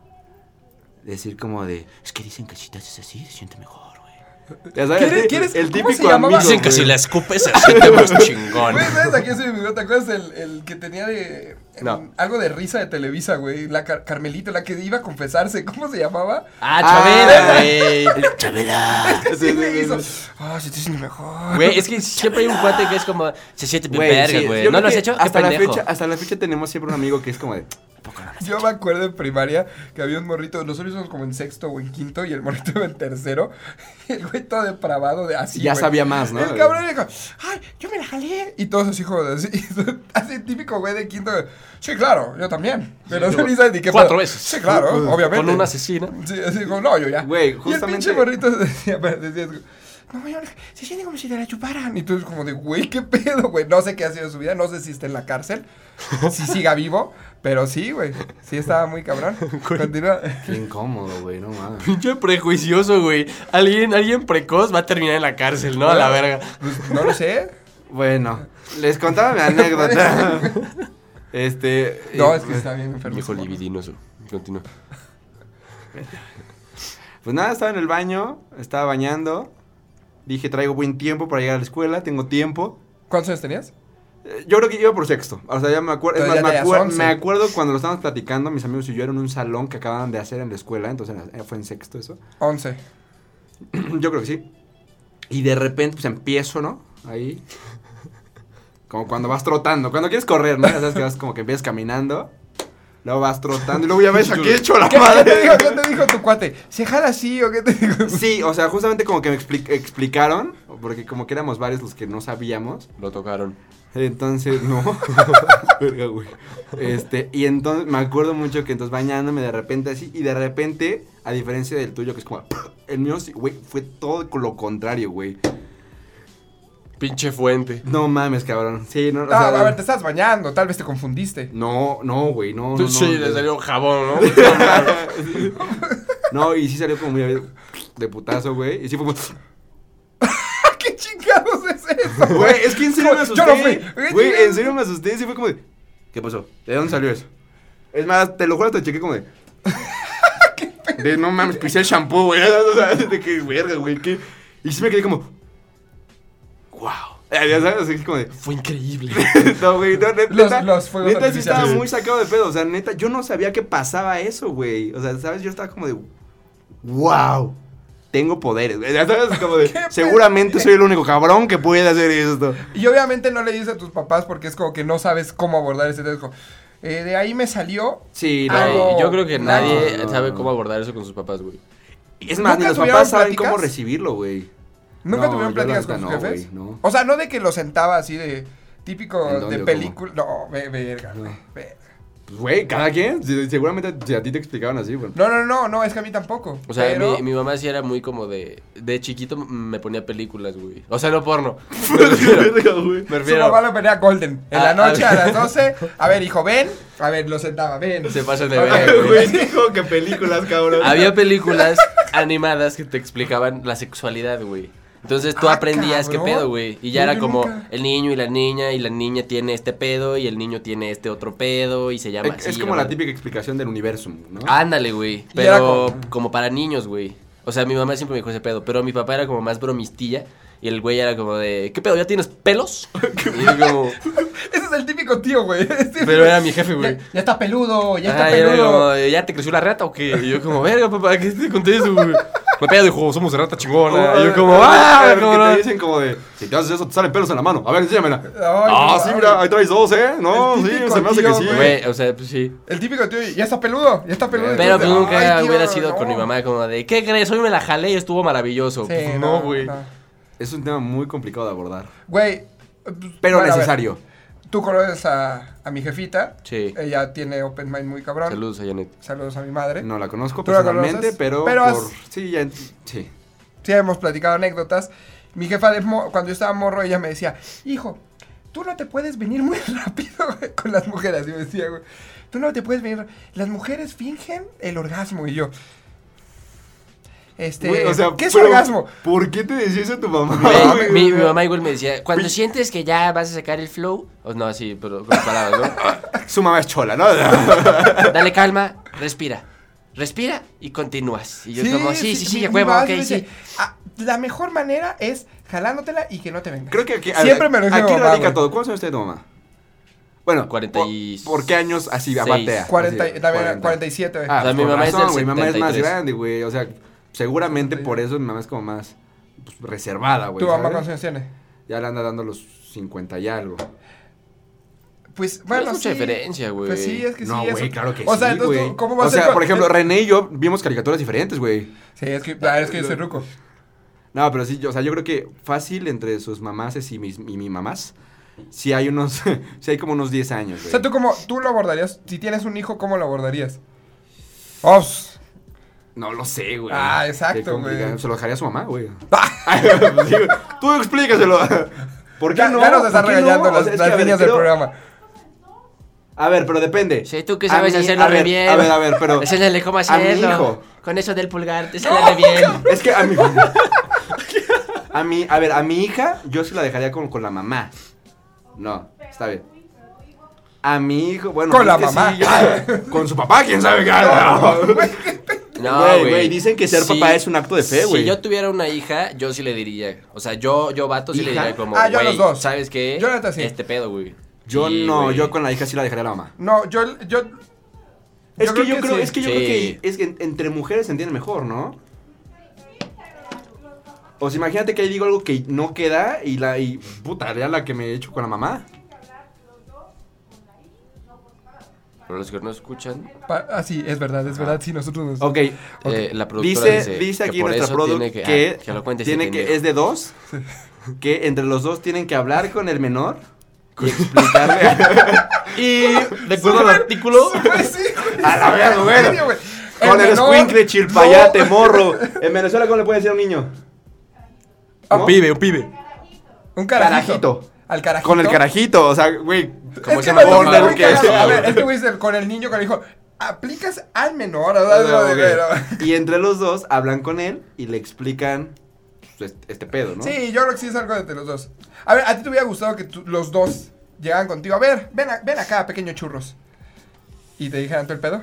decir como de: Es que dicen que si te haces así, se siente mejor, güey. Ya sabes,
¿Quieres-
el-
quieres-
el
cómo se
típico
llamaba?
amigo.
Dicen
güey.
escupes se siente más chingón.
Güey, ¿sabes a quién se me olvidó? ¿Te acuerdas el, el que tenía de. en-
No.
Algo de risa de Televisa, güey. La Car- Carmelita, la que iba a confesarse. ¿Cómo se llamaba?
Ah,
Ah.
Chabela, güey.
Chabela. Sí,
Sí,
sí,
me
sí,
hizo.
sí.
Ah, se te siente mejor.
Güey, es que siempre hay un cuate que es como, se siente bien
Güey,
verga,
sí,
güey.
yo
¿No
creo
lo has
que
hecho? Qué
Hasta la,
pendejo.
fecha, hasta la fecha tenemos siempre un amigo que es como de. "¿A poco no lo has
Yo me acuerdo en primaria que había un morrito, nosotros íbamos como en sexto o en quinto y el morrito iba en tercero. Y el güey todo depravado de así.
Ya
güey.
sabía más, ¿no?
El cabrón dijo, ay, yo me la jalé. Y todos así, joder, así, así típico güey de quinto. Sí, claro, yo también. Pero
Sí,
no ni sabes ni qué
cuatro
pedo.
veces.
Sí, claro, obviamente.
Con una asesina.
Sí, así como, no, yo ya.
Güey,
Y el
justamente-
pinche morrito decía, decía, no, yo, se siente como si te la chuparan. Y tú es como de, güey, qué pedo, güey. No sé qué ha sido de su vida, no sé si está en la cárcel, si siga vivo, pero sí, güey. Sí estaba muy cabrón. Continúa.
Qué incómodo, güey, no mames.
Pinche prejuicioso, güey. Alguien, alguien precoz va a terminar en la cárcel, ¿no? A la verga.
Pues, no lo sé.
Bueno, les contaba mi anécdota. este.
No,
eh,
es que está bien enfermo.
Viejo libidinoso. Continúa.
Pues nada, estaba en el baño, estaba bañando. Dije, traigo buen tiempo para llegar a la escuela, tengo tiempo.
¿Cuántos años tenías?
Eh, Yo creo que iba por sexto. O sea, ya me acuerdo.
Todavía
me,
tenías
acuer-
11.
me acuerdo cuando lo estábamos platicando, mis amigos y yo eran en un salón que acababan de hacer en la escuela. Entonces eh, fue en sexto eso.
Once.
Yo creo que sí. Y de repente, pues empiezo, ¿no? Ahí. Como cuando vas trotando. Cuando quieres correr, ¿no? Ya sabes que vas como que empiezas caminando. Luego vas trotando. Y luego ya ves aquí hecho la
¿Qué, qué te
madre.
dijo, ¿Qué te dijo tu cuate? ¿Se jala así o qué te dijo?
Sí, o sea, justamente como que me expli- explicaron. Porque como que éramos varios los que no sabíamos.
Lo tocaron.
Entonces, no. Verga, güey. Este, y entonces me acuerdo mucho que entonces bañándome de repente así. Y de repente, a diferencia del tuyo, que es como. El mío, sí, güey, fue todo lo contrario, güey.
Pinche fuente.
No mames, cabrón. Sí, no, o
No,
sea,
"Ah, a ver, te estás bañando, tal vez te confundiste.
no, no, güey, no, no, no.
sí, le
güey.
salió jabón, ¿no?
No, y sí salió como muy de putazo, güey. Y sí fue como.
¿Qué chingados es eso?
Güey, es que en serio me
Yo
asusté.
no fui.
Güey, en serio me asusté. Sí fue como de. ¿Qué pasó? ¿De dónde salió eso? Es más, te lo juro, te chequé como de. De no mames, pisé el shampoo, güey. O sea, de que verga, güey. ¿qué? Y sí me quedé como. ¡Wow! Ya sabes, así como de.
Fue increíble.
No, güey, no, neta,
Los-
neta,
los fuegos
neta sí estaba
artificiales.
muy sacado de pedo, o sea, neta, yo no sabía que pasaba eso, güey, o sea, sabes, yo estaba como de, wow, tengo poderes, güey, ya sabes, como de,
¿Qué pedo?
seguramente soy el único cabrón que puede hacer esto.
Y obviamente no le dices a tus papás porque es como que no sabes cómo abordar ese tema. es como, eh, de ahí me salió.
Sí,
Ah,
no.
no.
yo creo que
No,
nadie
no,
sabe
no.
cómo abordar eso con sus papás, güey.
es más, ni
¿Nunca
los
tuvieron
papás saben
pláticas?
cómo recibirlo, güey.
¿Nunca
No,
tuvieron
yo la
pláticas con
neta
sus
no,
jefes?
güey, no.
O sea, no de que lo sentaba así de
¿En
típico
dónde
de
o
película. No, ve- verga, güey, verga.
Pues, güey, cada quien, si- seguramente si a ti te explicaban así, güey.
No, no, no, no, es que a mí tampoco.
O sea,
pero-
mi, mi mamá sí era muy como de... De chiquito me ponía películas, güey. O sea, no porno. Me refiero-
güey.
me
Su
refiero-
mamá lo pelea Golden. En
Ah,
la noche
a
a,
ver.
las 12. A ver, hijo, ven. A ver, lo sentaba, ven.
Se pasan de
A
verga,
ver,
güey.
dijo que películas, cabrón.
Había películas animadas que te explicaban la sexualidad, güey. Entonces tú
Ah,
aprendías
cabrón.
qué pedo, güey. Y ya
No,
era
yo
como
nunca.
el niño y la niña, y la niña tiene este pedo, y el niño tiene este otro pedo, y se llama
Es,
así.
es como la
madre.
típica explicación del universo, ¿no?
Ándale, güey.
Y era
Pero
como-
como... para niños, güey. O sea, mi mamá siempre me dijo ese pedo, pero mi papá era como más bromistilla. Y el güey era como de, ¿qué pedo? ¿Ya tienes pelos? Y yo como,
Ese es el típico tío, güey.
pero era mi jefe, güey.
Ya, ya está peludo, ya está
Ajá, y era
peludo.
como, ¿ya te creció la rata o qué? Y yo como, verga, papá, ¿qué te conté eso, güey? Me pedo, dijo, somos de rata chingona. Y yo como, ¡ah,
Porque
cabrón!
te dicen como de, si te haces eso, te salen pelos en la mano. A ver, enséñamela.
no
ah, sí,
mames.
mira, ahí traes dos, ¿eh? No,
El
sí,
típico
se me hace
tío,
que sí.
Güey, o sea, pues sí.
El típico tío, ya está peludo, ya está peludo.
Pero
Entonces,
pues nunca
ay, tío,
hubiera sido
no.
con mi mamá como de, ¿qué crees? Hoy me la jalé y estuvo maravilloso.
Sí,
Pues, no, güey.
no.
Es un tema muy complicado de abordar.
Güey. eh, pues, bueno,
Pero
a ver,
necesario.
Tú conoces a, a mi jefita.
Sí.
Ella tiene open mind muy cabrón.
Saludos a Janet.
Saludos a mi madre.
No la conozco
¿Eh? ¿Tú la
personalmente,
conoces?
pero,
Pero
por...
has-
Sí, ya... ent- Sí.
Sí, hemos platicado anécdotas. Mi jefa, de mo- cuando yo estaba morro, ella me decía, hijo, tú no te puedes venir muy rápido güey, con las mujeres. Yo decía, güey, tú no te puedes venir. Las mujeres fingen el orgasmo. Y yo, Este,
Güey, o sea,
¿qué es
pero,
orgasmo?
¿Por qué te decía eso tu mamá?
Güey,
güey?
mi, mi mamá igual me decía, cuando
Pi-
sientes que ya vas a sacar el flow, o no, así, pero con palabras,
Su mamá es chola, ¿no?
¿no? Dale calma, respira. Respira y continúas. Y yo como, sí, sí, sí,
mi-
ya
mi
huevo,
mamá
ok,
siempre
sí.
dice, "Ah, la mejor manera es jalándotela y que no te venga.
Creo que aquí.
Siempre me lo dice
Aquí
mi mamá,
radica
güey.
todo. ¿Cuántos años tiene tu mamá? Bueno,
Cuarenta y
¿por, por qué años así
seis.
abatea?
Cuarenta-
Así,
también era
cuarenta.
47, güey.
Ah,
O sea,
mi
mi
mamá
mamá es
razón,
del
güey. Mi mamá es más
73.
grande, güey. O sea, seguramente por eso mi mamá es como más pues, reservada, güey.
¿Tu mamá
¿sabes?
cuántos años tiene?
Ya le anda dando los 50 y algo.
Pues,
No
bueno,
es mucha
sí.
diferencia, güey.
Pues sí, es que
no,
sí.
güey,
eso-
claro que
O sea,
sí,
entonces,
güey.
¿tú ¿cómo va a
O
ser?
sea,
con-
por ejemplo, René y yo vimos caricaturas diferentes, güey.
Sí, es que, ah, es que yo soy ruco.
No, pero sí, yo, o sea, yo creo que fácil entre sus mamases y mis y mi mamás, sí hay unos, sí hay como unos 10 años,
O
güey.
sea, tú como, tú lo abordarías, si tienes un hijo, ¿cómo lo abordarías? Os.
No lo sé, güey.
Ah, exacto,
Qué complicado.
güey. Ah.
Se lo dejaría a su mamá, güey. Ay, pues, sí, güey. Tú explícaselo. ¿Por qué
Ya,
no?
ya nos están
¿Por qué
regañando
no? O
las,
sea, es
las
que, a ver,
niñas del
creo-
programa.
A ver, pero depende.
Sí, tú que
A
sabes
mí-
hacerlo
a
re
ver,
bien.
A ver, a ver, pero.
Enséñale cómo
a mi
hacerlo.
hijo.
Con eso del pulgar, te sale bien.
Es que a mi. a mi, a ver, a mi hija, yo se la dejaría con, con la mamá. No, está bien. A mi hijo, bueno.
Con
es
la
que sí,
mamá.
ya- con su papá, quién sabe qué. haga.
No,
Güey,
güey.
güey, dicen que ser papá es un acto de fe, güey.
Si yo tuviera una hija, yo sí le diría. O sea, yo, yo vato, sí le
¿Hija?
diría como.
Ah, yo a
"Güey,
los dos.
¿Sabes qué?
Yo la neta sí.
Este pedo, güey.
Yo
Sí,
no,
güey.
yo con la hija sí la dejaría a la mamá.
No, yo, yo.
Es que yo creo,
sí.
es que yo
Sí.
creo que es que en- entre mujeres se entiende mejor, ¿no? O sea, imagínate que ahí digo algo que no queda y la y puta, era la que me he hecho con la mamá.
Pero los que no escuchan.
Pa- ah, sí, es verdad, es verdad, sí, nosotros nos...
Ok.
eh, la productora
Dice,
dice,
dice
que
aquí
por
nuestra
eso
product
tiene que,
que,
ah, que lo cuente
tiene
ese
que
pendejo.
es de dos, que entre los dos tienen que hablar con el menor y explicarle
Y de acuerdo al artículo.
Pues sí, güey.
A la verga, güey.
En serio, güey.
con el
menor,
escuincle chilpayate morro. En Venezuela cómo le puede decir a un niño?
Ah,
¿No?
Pibe, un pibe.
Un carajito.
Carajito.
Al carajito.
Con el carajito, o sea, güey.
Es
se
que
llama?
me lo
Con el
muy
que-
cagado. A ver, es que este güey, es el- con el niño, con el hijo, aplicas al menor. ¿verdad?
Ah, Ok.
Pero-
Y entre los dos hablan con él y le explican pues, este, este pedo, ¿no?
Sí, yo creo que sí es algo entre los dos. A ver, ¿a ti te hubiera gustado que tú- los dos llegaran contigo? A ver, ven, a- ven acá, pequeño churros. ¿Y te dijeran todo el pedo?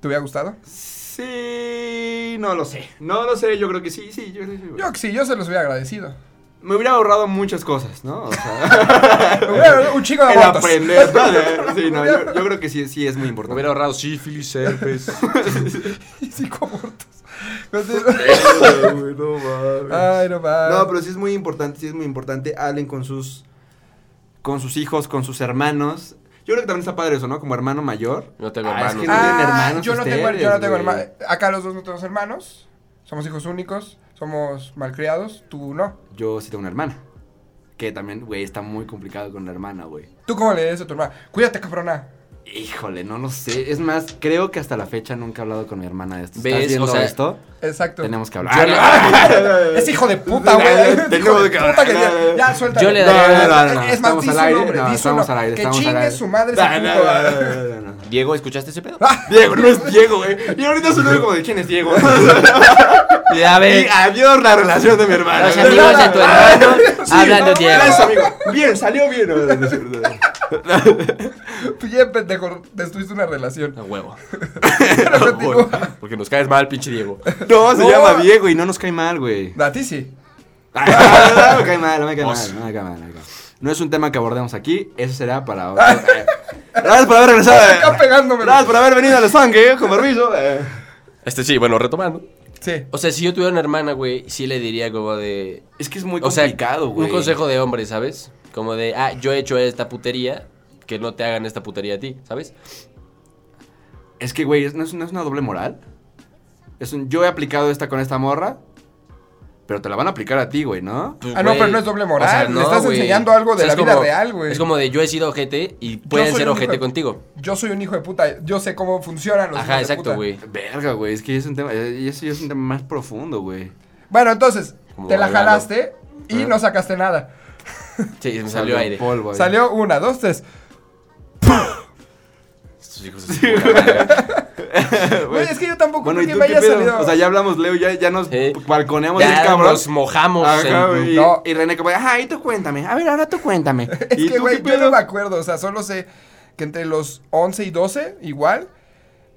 ¿Te hubiera gustado?
Sí, no lo sé. No lo sé, yo creo que sí, sí. Yo, creo que sí, güey.
Yo creo que sí, yo se los hubiera agradecido.
Me hubiera ahorrado muchas cosas, ¿no? O sea,
Hubiera- un chico de
el
abortos.
aprender. ¿no? Sí, no, yo, yo creo que sí, sí es muy importante.
Hubiera ahorrado sífilis, herpes.
Y cinco abortos.
Güey, no mames.
Ay, no mames.
No, pero sí es muy importante, sí es muy importante. Hablen con sus con sus hijos, con sus hermanos. Yo creo que también está padre eso, ¿no? Como hermano mayor.
No tengo
Ah, es
hermanos.
que no
güey.
Ah,
tienen hermanos
yo no tengo, yo no
ustedes,
tengo
güey.
hermanos. Acá los dos no tenemos hermanos. Somos hijos únicos. Somos malcriados. Tú no.
Yo sí tengo una hermana. Que también, güey, está muy complicado con la hermana, güey.
¿Tú cómo le dices a tu hermana? Cuídate, cabrona.
Híjole, no lo sé. Es más, creo que hasta la fecha nunca he hablado con mi hermana de esto. ¿Estás
¿Ves?
viendo
O sea,
esto?
Exacto.
Tenemos que
Yo
hablar.
le-
Es hijo de puta, güey.
Tengo
Es hijo de
que
puta que
hablar.
ya, ya suelta.
Yo le
No, no, no,
daría-
no, no,
Es más,
estamos
di
al
su
aire.
nombre,
no,
di su
estamos
nombre.
al aire.
Que
estamos al
chingue
aire.
su madre ese
No, no,
puto.
no, no, no, no.
Diego, ¿escuchaste ese pedo?
Diego, no es Diego, güey. Y ahorita sonó como de quién es Diego.
Ya
Y
ves.
adiós la relación de mi hermana.
Los amigos de tu hermano hablan de Diego.
Gracias, amigo. Bien, salió bien.
Tú ya, pendejo, destruiste una relación.
A huevo.
Pero continúa.
Porque nos caes mal, pinche Diego.
No, se
No.
llama Diego y no nos cae mal, güey. Ah,
A ti sí.
No me cae mal, no me cae mal, no me cae mal. no me cae mal. No es un tema que abordemos aquí, eso será para otro. eh. Gracias por haber regresado. eh.
Acá pegándome.
Gracias por haber venido al estanque, eh, con permiso. eh.
Este sí, bueno, retomando.
Sí.
O sea, si yo tuviera una hermana, güey, sí le diría como de.
Es que es muy
O sea,
complicado, güey.
un consejo de hombre, ¿sabes? Como de, ah, yo he hecho esta putería, que no te hagan esta putería a ti, ¿sabes?
Es que, güey, es- ¿no es, no es una doble moral? Es un, yo he aplicado esta con esta morra, pero te la van a aplicar a ti, güey, ¿no?
Pues,
Ah, no,
güey,
pero no es doble moral, le
no,
estás
güey.
enseñando algo de
O sea,
la
es
vida real, güey.
Es como de, yo he sido ojete y pueden
soy
ser
un hijo
ojete
de-
contigo.
Yo soy un hijo de puta. Yo sé cómo funcionan los hijos
Ajá,
de
exacto,
puta.
güey.
Verga, güey, es que es un tema, eh, eso ya es un tema más profundo, güey.
Bueno, entonces,
Como
te la
regalo.
jalaste y
Ah.
no sacaste nada.
Sí, me salió aire.
Polvo, ahí.
Salió una, dos, tres.
Sus hijos de su puta madre.
Güey, es que yo tampoco
Bueno, ¿y
creo
tú
que
qué
me haya
pedo?
salido.
O sea, ya hablamos, Leo, ya, ya nos
Sí.
balconeamos
Ya
bien cabrón.
nos mojamos.
Ajá,
en-
güey, y,
No.
y René como, ajá, y tú cuéntame. A ver, ahora tú cuéntame.
Es
¿Y
que,
tú
güey,
qué
yo no
pedo?
me acuerdo. O sea, solo sé que entre los 11 y 12, igual.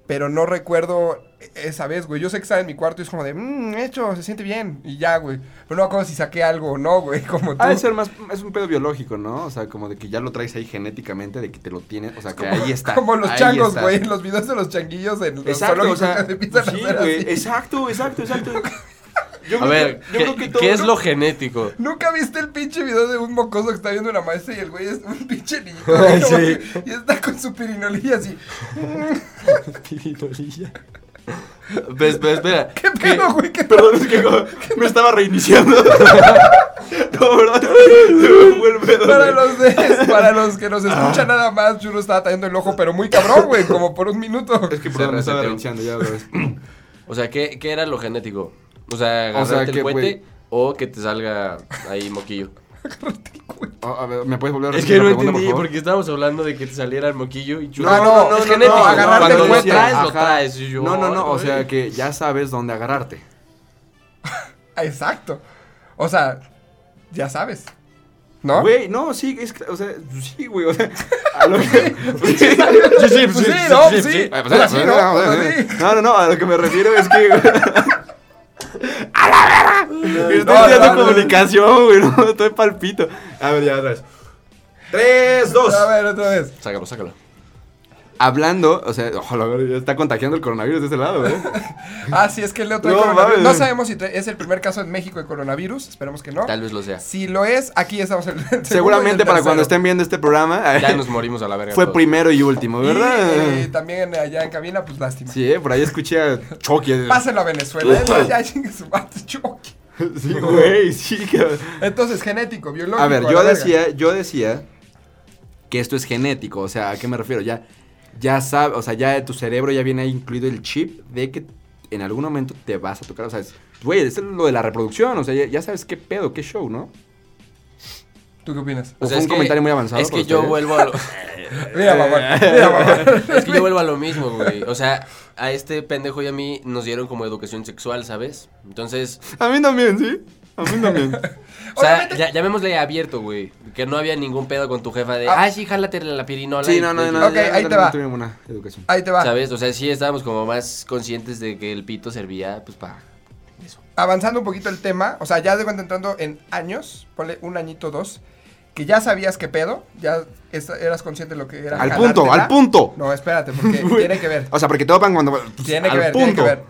Pero no recuerdo esa vez, güey. Yo sé que estaba en mi cuarto y es como de, mmm, hecho, se siente bien. Y ya, güey. Pero no me acuerdo si saqué algo o no, güey. Como tú.
Ha de ser más, es un pedo biológico, ¿no? O sea, como de que ya lo traes ahí genéticamente, de que te lo tienes, o sea, que ahí está.
Como los
ahí
changos,
está.
güey. Los videos de los changuillos en los
Exacto, o
zoológicos
sea,
que empiezan a
sí,
hacer
güey,
así.
exacto, exacto, exacto. Yo
A
creo
ver,
que- yo creo que
¿qué,
todo
qué es
lo-
lo genético?
¿Nunca viste el pinche video de un mocoso que está viendo una maestra y el güey es un pinche niño?
Ay,
¿no?
sí.
Y está con su pirinolilla así.
Pues, pues, espera.
¿Qué pedo, güey? ¿Qué
Perdón, es que como- me estaba reiniciando. no, ¿verdad? Fue el pedo,
Para
güey. Ah.
los, de- para los que nos escuchan nada más, Chulo estaba trayendo el ojo, pero muy cabrón, güey, como por un minuto.
Es que
Se
perdón, me estaba
reseteó.
reiniciando, ya ves.
O sea, ¿qué, qué era lo genético? O sea,
O sea,
agarrarte
que,
el puente
güey.
o que te salga ahí moquillo.
Oh, a ver, ¿me puedes volver a
Es que no
la pregunta,
entendí,
por favor?
porque estábamos hablando de que te saliera el moquillo y chulo.
No, no, no,
es
no,
genético.
no, agarrarte
Cuando
el
lo
puente.
traes, lo
Ajá.
traes. Y yo,
No, no, no, o
güey.
sea, que ya sabes dónde agarrarte.
Ah, Exacto. O sea, ya sabes. ¿No?
Güey, no, sí, es, que- o sea, pues sí, güey, o sea, a lo que...
Sí, sí,
Pues sí, no, pues sí.
Ay, pues,
Así, ¿no?
no,
Así.
no, no, no, a lo que me refiero es que... güey, Estoy
no,
estudiando
no, no.
comunicación, güey, no, estoy palpito. A ver, ya, otra vez. Tres, dos.
A ver, otra vez.
Sácalo, sácalo.
Hablando, o sea, ojalá, güey, ya está contagiando el coronavirus de ese lado, ¿eh? güey.
Ah, sí, es que Leo trae
No,
coronavirus.
mames.
No sabemos si trae- es el primer caso en México de coronavirus, esperemos que no.
Tal vez lo sea.
Si lo es, aquí estamos en el segundo y el
Seguramente para cuando
tercero.
estén viendo este programa,
Ya nos morimos a la verga.
fue
todos.
primero y último, ¿verdad?
Y eh, también allá en cabina, pues lástima.
Sí, eh, por ahí escuché a Chucky.
Pásenlo a Venezuela. ¿eh? Ya chingue su madre, choque.
Sí, güey, sí, cabrón.
Entonces, genético, biológico.
A ver,
la
yo
verga.
decía, yo decía que esto es genético, o sea, ¿a qué me refiero? Ya, ya sabes, o sea, ya tu cerebro ya viene ahí incluido el chip de que en algún momento te vas a tocar, o sea, es- güey, es lo de la reproducción, o sea, ya, ya sabes qué pedo, qué show, ¿no?
¿Tú qué opinas?
O fue
sea,
un
es que-
comentario muy avanzado
Es que
por
yo
ustedes.
vuelvo a lo...
Mira, mamón. Mira, mamón.
Es que yo vuelvo a lo mismo, güey. O sea, a este pendejo y a mí nos dieron como educación sexual, ¿sabes? Entonces,
A mí también, ¿sí? A mí también.
o sea,
Obviamente-
ya, llamémosle abierto, güey. Que no había ningún pedo con tu jefa de,
Ah.
ah, sí, jálate la pirinola.
sí,
y-
no, no,
y-
no.
Ok, ahí te
también
va. Ah,
tuve buena educación.
Ahí te va.
¿Sabes? O sea, sí estábamos como más conscientes de que el pito servía, pues, para eso.
Avanzando un poquito el tema, o sea, ya de cuando entrando en años, ponle un añito dos, que ya sabías qué pedo, ya es- eras consciente de lo que era.
Al punto,
jalártela.
al punto.
No, espérate, porque tiene que ver.
O sea, porque topan cuando. pues,
Tiene que
al
ver, tiene que
punto.
ver.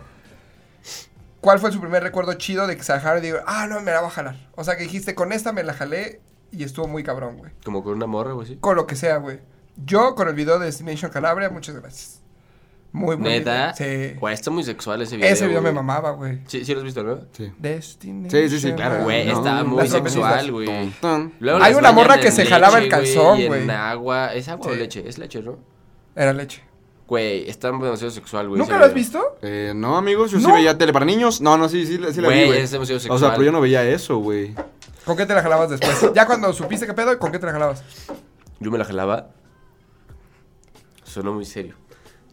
¿Cuál fue su primer recuerdo chido de que se la jalaron y digo, ah, no, me la voy a jalar? O sea, que dijiste, con esta me la jalé y estuvo muy cabrón, güey.
Como con una morra, güey, sí.
Con lo que sea, güey. Yo con el video de Destination Calabria, muchas gracias. Muy bueno.
Neta.
Sí.
Güey, está muy sexual ese video,
Ese video me
güey.
mamaba, güey.
Sí, sí lo has visto, ¿no?
Sí.
Destination.
Sí, sí, sí, claro.
Güey,
No,
estaba
no,
muy
las
sexual,
feministas.
güey.
Ton.
Luego
Hay
las
una morra
bañan
que
en
se jalaba el calzón,
y
güey.
En agua. ¿Es agua o
Sí.
leche? Es leche, ¿no?
Era leche.
Güey, está demasiado sexual, güey.
¿Nunca
ese
lo has
video.
visto?
Eh, no, amigos, yo sí
No.
veía tele para niños. No, no, sí, sí, sí la vi,
Güey,
güey.
es demasiado
O
sexual.
sea, pero yo no veía eso, güey.
¿Con qué te la jalabas después? ya cuando supiste qué pedo, ¿con qué te la jalabas?
Yo me la jalaba. Sonó muy serio.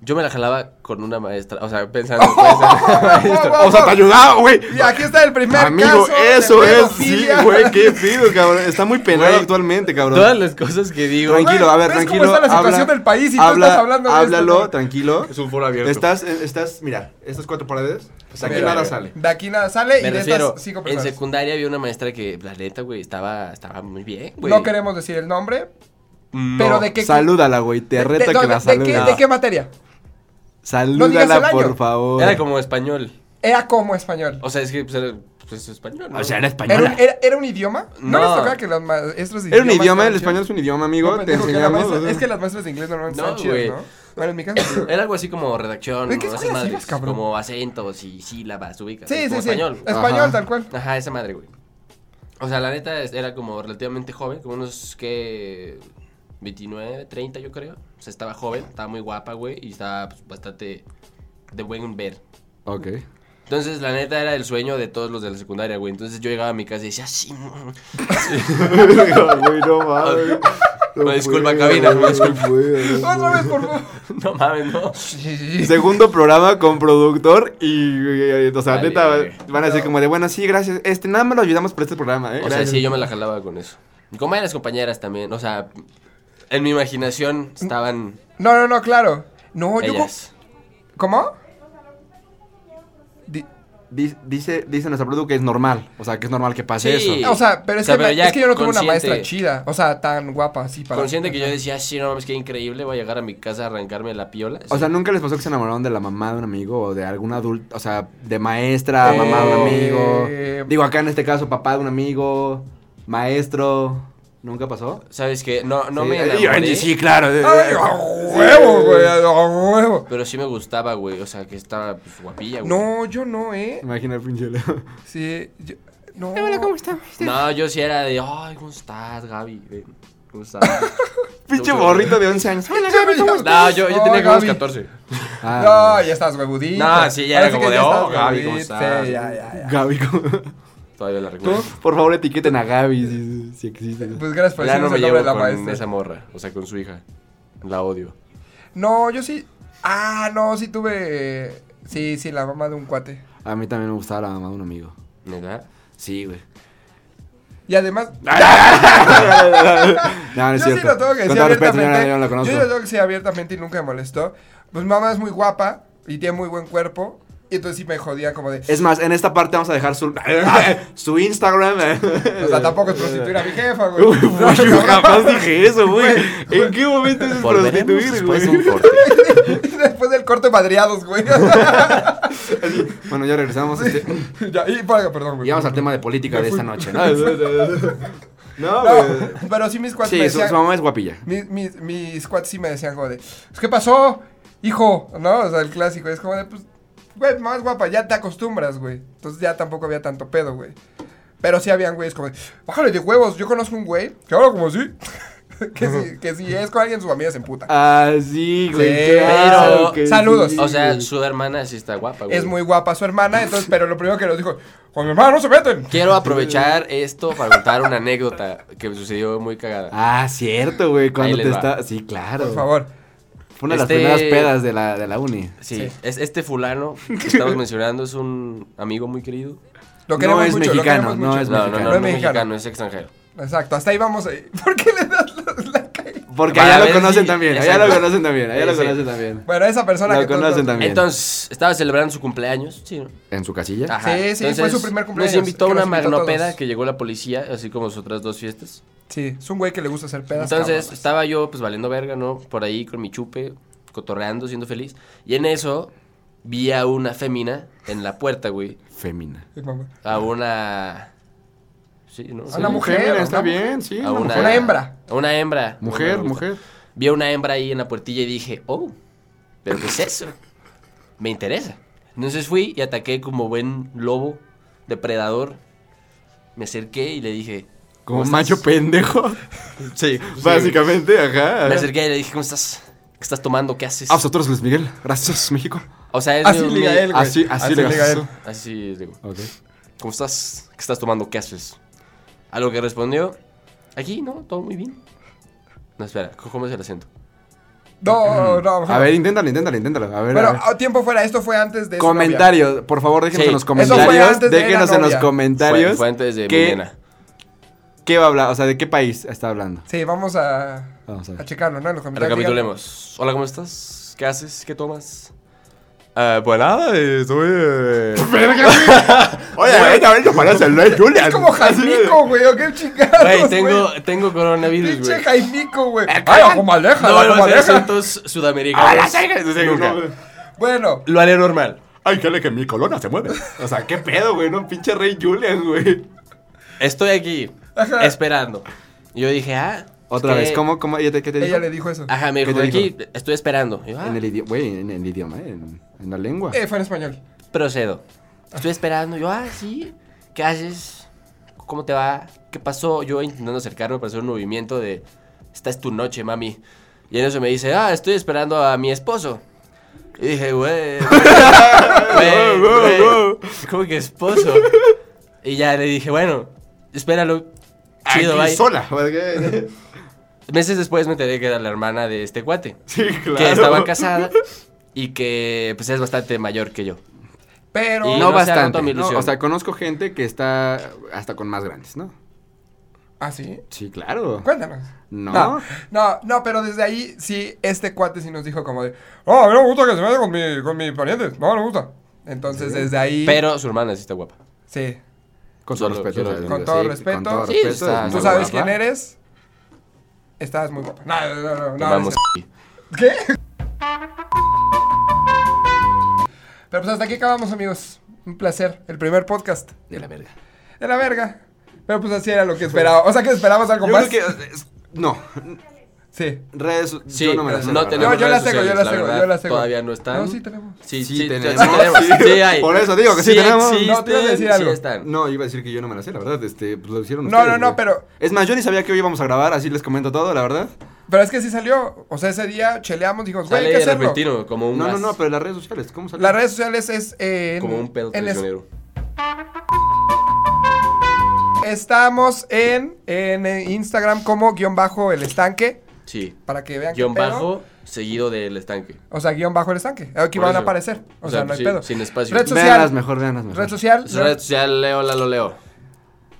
Yo me la jalaba con una maestra. O sea, pensando. pensando-
O sea, te ayudaba, güey.
Y aquí está el primer
Amigo,
caso de
eso es, sí,
pedofilia.
güey, qué pido, cabrón. Está muy penado
Güey,
actualmente,
Todas
cabrón.
las cosas que digo.
Tranquilo, a ver,
¿Ves cómo
tranquilo.
está la situación
habla,
del país y tú
habla,
estás hablando de esto,
Háblalo,
cabrón?
tranquilo.
Es un foro abierto.
Estás, eh, estás, mira, estas cuatro paredes. Pues aquí
Mira,
nada
mira,
sale.
De aquí nada sale
Me
y de
refiero.
estas cinco
En
personas.
secundaria había una maestra que, la neta, güey, estaba, estaba muy bien, güey.
No queremos decir el nombre,
No.
pero de qué...
Salúdala, güey, te
de-
reto
de- no,
que
de-
la
de qué-
saludes.
¿De qué materia? No digas el
Salúdala,
año.
por favor.
Era como español.
Era como español.
O sea, es que pues, era pues, español. ¿no?
O sea, era
¿Era
española.
un, era, era un idioma? No,
No.
les tocaba que los maestros de
Era un
idiomas
idioma,
estaban
el español
chidos?
es un idioma, amigo.
No,
te
pendejo, que la
enseñamos.
maestra- Es que las maestras de inglés normalmente
No,
están chidas,
güey.
¿no? Bueno, en mi caso... sí.
Era algo así como redacción,
¿De qué
no sé
escuelas
madres,
ibas, cabrón?
como acentos y sílabas, ubicas.
sí,
como
sí, sí.
español.
Español,
Ajá.
tal cual.
Ajá, esa madre, güey. O sea, la neta es- era como relativamente joven, como unos que 29, 30 yo creo. O sea, estaba joven, estaba muy guapa, güey, y estaba pues, bastante de buen ver.
Ok.
Entonces, la neta era el sueño de todos los de la secundaria, "Ah, güey. Entonces yo llegaba a mi casa y decía, sí, no".
Güey, no mames.
Una disculpa, cabina, una disculpa.
Otra vez, por favor.
No mames, no.
Segundo programa con productor y, eh, o sea,
Vale,
neta,
verga.
van a decir como de, bueno, sí, gracias. Este, nada más lo ayudamos para este programa, ¿eh?
O sea,
Gracias.
sí, yo me la jalaba con eso. Y con varias compañeras también. O sea, en mi imaginación estaban
No, no, no, claro. No, yo.
ellas.
co- ¿Cómo? Di-
Di- Dice, dice nuestra productora que es normal, o sea, que es normal que pase
Sí.
eso.
O sea, pero es,
O sea,
que,
pero
me-
ya
es que yo no tuve una
consciente.
maestra chida. O sea, tan guapa así para.
Consciente que yo decía, sí, no mames, qué increíble, voy a llegar a mi casa a arrancarme la piola.
O sea, ¿nunca les pasó que se enamoraron de la mamá de un amigo o de algún adulto, o sea, de maestra, mamá de un
Eh,
amigo? Digo, acá en este caso, papá de un amigo, maestro. ¿Nunca pasó?
¿Sabes qué? No, no
Sí.
me
Y
enamoré,
Angie, sí, claro.
eh,
¡Ay, a huevo, güey! ¡A huevo!
pero sí me gustaba, güey. O sea, que estaba pues, guapilla, güey.
No, yo no, ¿eh?
Imagina el pinche Leo.
Sí. Yo, no.
No, yo sí era de, ay, ¿cómo estás, Gaby? Eh, ¿Cómo estás?
Pinche borrito de 11 años. Hola, Gaby, ¿cómo estás?
No, yo, yo
Oh,
tenía como unos
Gaby.
14.
Ah,
No, ya estás huevudito.
No, sí, ya
Ahora
era como
que
de,
ya
"Oh,
estás
Gaby, ¿cómo
huevudito".
estás?
Sí, ya, ya, ya.
Gaby, ¿cómo-
Todavía la recuerdo.
por favor etiqueten a Gaby si, si existe.
Pues gracias por
Ya no
decirnos
me
el nombre
llevo
de la
con
maestra.
esa morra, o sea, con su hija. La odio.
No, yo sí. Ah, no, sí tuve. eh, Sí, sí, la mamá de un cuate.
A mí también me gustaba la mamá de un amigo.
¿Verdad?
Sí, güey.
Y además,
Ah, No, no es
yo
cierto.
sí lo tengo que
Con
decir
todo respeto, señora,
abiertamente.
yo no la
yo
conozco.
sí lo tengo que decir abiertamente y nunca me molestó. Pues mamá es muy guapa y tiene muy buen cuerpo. Y entonces sí me jodía como de.
Es más, en esta parte vamos a dejar su, su Instagram. eh.
O sea, tampoco es prostituir a mi jefa, güey.
Uy,
No,
güey,
cabrón.
yo jamás dije eso, güey.
Güey,
¿En qué momento es
Volveremos
prostituir,
después de
güey?
un corte.
Después del corte madreados, güey.
Bueno, ya regresamos. este,
Ya, y, bueno, perdón, güey.
y vamos al tema de política de esta noche, Ah, ¿no? No, güey.
No, pero sí mis cuates me
Sí, su,
decían.
su mamá es guapilla.
mis, mis, mis cuates sí me decían como de, "Pues, ¿qué pasó, hijo? ¿No? O sea, el clásico. Es como de, pues, güey, más guapa, ya te acostumbras, güey. Entonces ya tampoco había tanto pedo, güey. Pero sí habían güeyes como de, bájale de huevos. Yo conozco un güey que habla como así. que, si, que si es con alguien, su familia se emputa.
Ah, sí, güey.
Sí,
claro
pero-
que
saludos.
sí,
O sea,
güey.
su hermana sí está guapa, güey.
Es muy guapa su hermana, entonces, pero lo primero que nos dijo, con mi hermana no se meten.
Quiero aprovechar esto para contar una anécdota que me sucedió muy cagada.
Ah, cierto, güey. Cuando
les
te
va.
está. Sí, claro.
Por favor.
Fue una de las
Este-
primeras pedas de la, de la uni.
Sí,
Sí.
Es, este fulano que estamos mencionando es un amigo muy querido.
Lo
No
queremos
es
mucho,
mexicano,
lo queremos mucho.
no es
No, no, no,
mexicano.
no, es mexicano, es extranjero.
Exacto, hasta ahí vamos. eh. ¿Por qué le das la, la caída?
Porque
Para
allá lo
ver
conocen
si-
también. Allá
Exacto.
lo conocen también. Allá lo
Sí, sí.
conocen también.
Bueno, esa persona
Lo
que todos-
conocen también.
Entonces, estaba celebrando su cumpleaños. Sí, ¿no?
¿En su casilla?
Ajá.
Sí, sí, fue
Entonces,
su primer cumpleaños,
Nos invitó
que
a una
nos invitó a
magnopeda
todos.
que llegó la policía, así como sus otras dos fiestas.
Sí, es un güey que le gusta hacer pedas.
Entonces
cabronas.
estaba yo, pues valiendo verga, ¿no? Por ahí con mi chupe, cotorreando, siendo feliz. Y en eso vi a una fémina en la puerta, güey.
Femina.
Sí, mamá.
A una. Sí, ¿no?
Ah. A una mujer,
Femina,
a
está
una mujer.
bien, sí. una
A una,
mujer.
Una hembra.
A una hembra.
Mujer,
Una
mujer.
Vi a una hembra ahí en la puertilla y dije, oh, ¿pero qué es eso? Me interesa. Entonces fui y ataqué como buen lobo, depredador. Me acerqué y le dije.
Como
¿cómo estás?
macho pendejo.
Sí.
Básicamente, ajá.
Me acerqué y le dije, ¿cómo estás? ¿Qué estás tomando? ¿Qué haces?
Ah, pues, tú eres Luis Miguel. Gracias, México.
O sea, es
Así
mi-
liga
mi-
él, güey.
Así, así, le
liga
gastas.
él.
Así digo,
Ok.
¿cómo estás? ¿Qué estás tomando? ¿Qué haces? A lo que respondió, aquí, ¿no? Todo muy bien. No, espera, c- ¿cómo es el acento?
No, no.
A ver, inténtalo, inténtalo, inténtalo. A ver. a
Pero ah,
ver.
a tiempo fuera, esto fue antes de. su
Comentarios, por favor, déjenos
Sí.
en los
fue
Eso
comentarios.
antes de
Déjenos
la
en los
novia.
comentarios.
Fue, fue antes de mi
¿Qué,
nena.
¿Qué va a hablar? O sea, ¿de qué país está hablando?
novia. Sí, vamos a,
Vamos a ver.
a checarlo, ¿no? En los comentarios.
Recapitulemos. Hola, ¿cómo estás? ¿Qué haces? ¿Qué tomas? Eh, pues nada, estoy... eh,
Oye, ahorita ven, parece el Rey
Díganme. Es como Jaimico, güey, o qué chingados.
Güey, tengo, tengo coronavirus,
Pinche
güey.
Jaimico, güey. Ay, la comaleja,
No,
la
los
comaleja.
acentos
Ah,
sudamericanos. Nunca.
Bueno,
Lo haré normal.
Ay, que que mi colona se mueve. O sea, qué pedo, güey, no pinche Rey Julian, güey.
Estoy aquí,
Ajá.
esperando. Y yo dije, ah...
Otra
es
vez,
que-
¿cómo, cómo? ¿Ella te- ¿Qué te dijo?
ella le dijo eso.
Ajá, me
¿Qué
dijo,
te
aquí,
dijo?
estoy esperando. Y yo, ah,
En el idioma, güey, en el idioma, ¿eh? en, en la lengua.
Eh, fue en español.
procedo. Estoy esperando. Yo, ah, sí. ¿Qué haces? ¿Cómo te va? ¿Qué pasó? Yo intentando acercarme para hacer un movimiento de, esta es tu noche, mami. Y en eso me dice, ah, estoy esperando a mi esposo. Y dije, güey. güey, güey, ¿Cómo que esposo? Y ya le dije, bueno, espéralo. Chido, bye.
sola.
Meses después me enteré que era la hermana de este cuate.
Sí, claro.
Que estaba casada y que pues es bastante mayor que yo.
Pero.
Y
No,
no se ha roto
bastante.
mi
¿no?
ilusión.
O sea, conozco gente que está hasta con más grandes, ¿no?
¿Ah, sí?
Sí, claro.
Cuéntanos.
No.
No, no, no, pero desde ahí sí, este cuate sí nos dijo como de, oh, a mí no me gusta que se vaya con mi, con mis parientes, no, no me gusta. Entonces desde ahí...
Pero su hermana sí está guapa.
Sí,
Con todo
Solo
respeto.
quiero-
o sea,
con todo
sí,
respeto.
Con todo
Sí,
respeto.
está-
es
tú
muy
sabes
guapa.
quién eres, estás muy guapa. No, no, no, no, no,
Vamos.
no. ¿Qué? Pero pues hasta aquí acabamos, amigos. Un placer, el primer podcast
De la verga.
de la verga. Pero pues así era lo que esperaba, o sea que esperabas algo
Yo
más.
creo que. es- No.
Sí.
Redes.
Sí,
yo no me las sé, la verdad.
tenemos
Yo- yo las
redes
tengo, yo
sociales,
las
la
tengo,
verdad,
yo las tengo.
Todavía no están.
No, sí tenemos.
Sí
Sí, sí, sí
tenemos,
tenemos,
sí.
sí hay.
Por eso digo que sí tenemos.
No, te iba a decir
existen,
algo.
sí están.
No, iba a decir que yo no me la sé, la verdad. Este, pues lo hicieron
No,
ustedes,
no, no,
güey.
pero-
Es más, yo ni sabía que hoy íbamos a grabar, así les comento todo, la verdad.
Pero es que sí salió, o sea, ese día cheleamos, dijimos, güey, hay
Sale
que
de
hacerlo.
repentino, como un
No, no,
gas,
no, pero las redes sociales, ¿cómo salió?
Las redes sociales es eh, en,
como un pedo
en es-
traicionero.
Estamos en, en eh, Instagram como guión bajo el estanque.
Sí.
Para que vean qué
Guión
pedo.
bajo seguido del estanque.
O sea, guión bajo el estanque. Aquí
Por
van a
eso.
aparecer. O,
O
sea,
sea,
no hay
sí,
pedo.
sin espacio.
Red
Vean
social.
las mejor, vean las mejor.
Red social.
Su red social, Leo, la lo leo.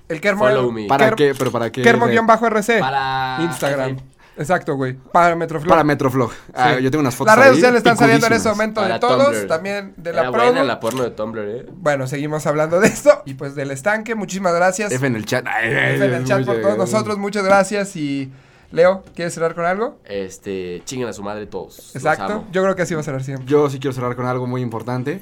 El Kermo.
Follow me.
¿Para
Kerm-
qué? ¿Pero para qué?
Kermo
red?
guión bajo RC.
Para
Instagram.
F.
Exacto, güey. Para Metroflow.
Para Metroflog. Ah, yo tengo unas fotos
Las redes
ahí,
sociales están saliendo en ese
picudísimas.
momento de
Para
todos.
Tumblr.
También de
Era
la
buena
promo.
la porno de Tumblr, eh.
Bueno, seguimos hablando de esto. Y pues del estanque. Muchísimas gracias.
F en el chat. Ay, ay,
F en el
ay,
chat
muy
por todos
bien.
nosotros. Muchas gracias. Y Leo, ¿quieres cerrar con algo?
Este, chinguen a su madre todos. Los
Exacto.
amo.
Yo creo que así va a cerrar siempre.
Yo sí quiero cerrar con algo muy importante.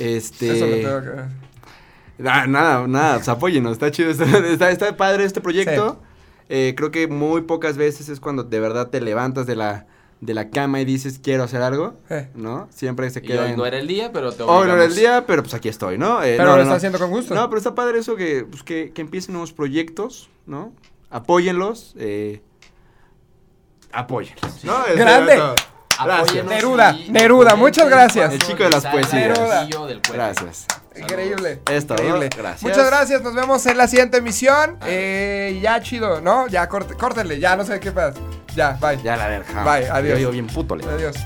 Este.
Eso lo tengo que
Ah, nada, nada, pues apóyenos, está chido, está, está- está padre este proyecto. Eh, creo que muy pocas veces es cuando de verdad te levantas de la, de la cama y dices quiero hacer algo,
Eh.
¿no? Siempre se
Y
queda
hoy
en...
no era el día, pero te
Hoy no era el
obligamos.
día, pero pues aquí estoy, ¿no? Eh,
Pero
no,
lo
no,
está
no.
haciendo con gusto.
No, pero está padre eso que, pues, que, que empiecen nuevos proyectos, ¿no? Apóyenlos, eh, apóyenlos. ¿no? Este,
¡Grande!
no. Gracias.
Apóyenos
Neruda,
y-
Neruda, muchas gracias.
El chico de las poesías.
Neruda.
Del cuerpo.
Gracias.
Saludos.
Increíble.
Es todo.
Increíble.
Gracias.
Muchas gracias. Nos vemos en la siguiente emisión.
Ah.
Eh, ya chido, ¿no? Ya corte, córtenle. Ya no sé qué pasa. Ya, bye.
Ya la verga.
Bye, adiós.
Yo, yo bien puto, le.
Adiós.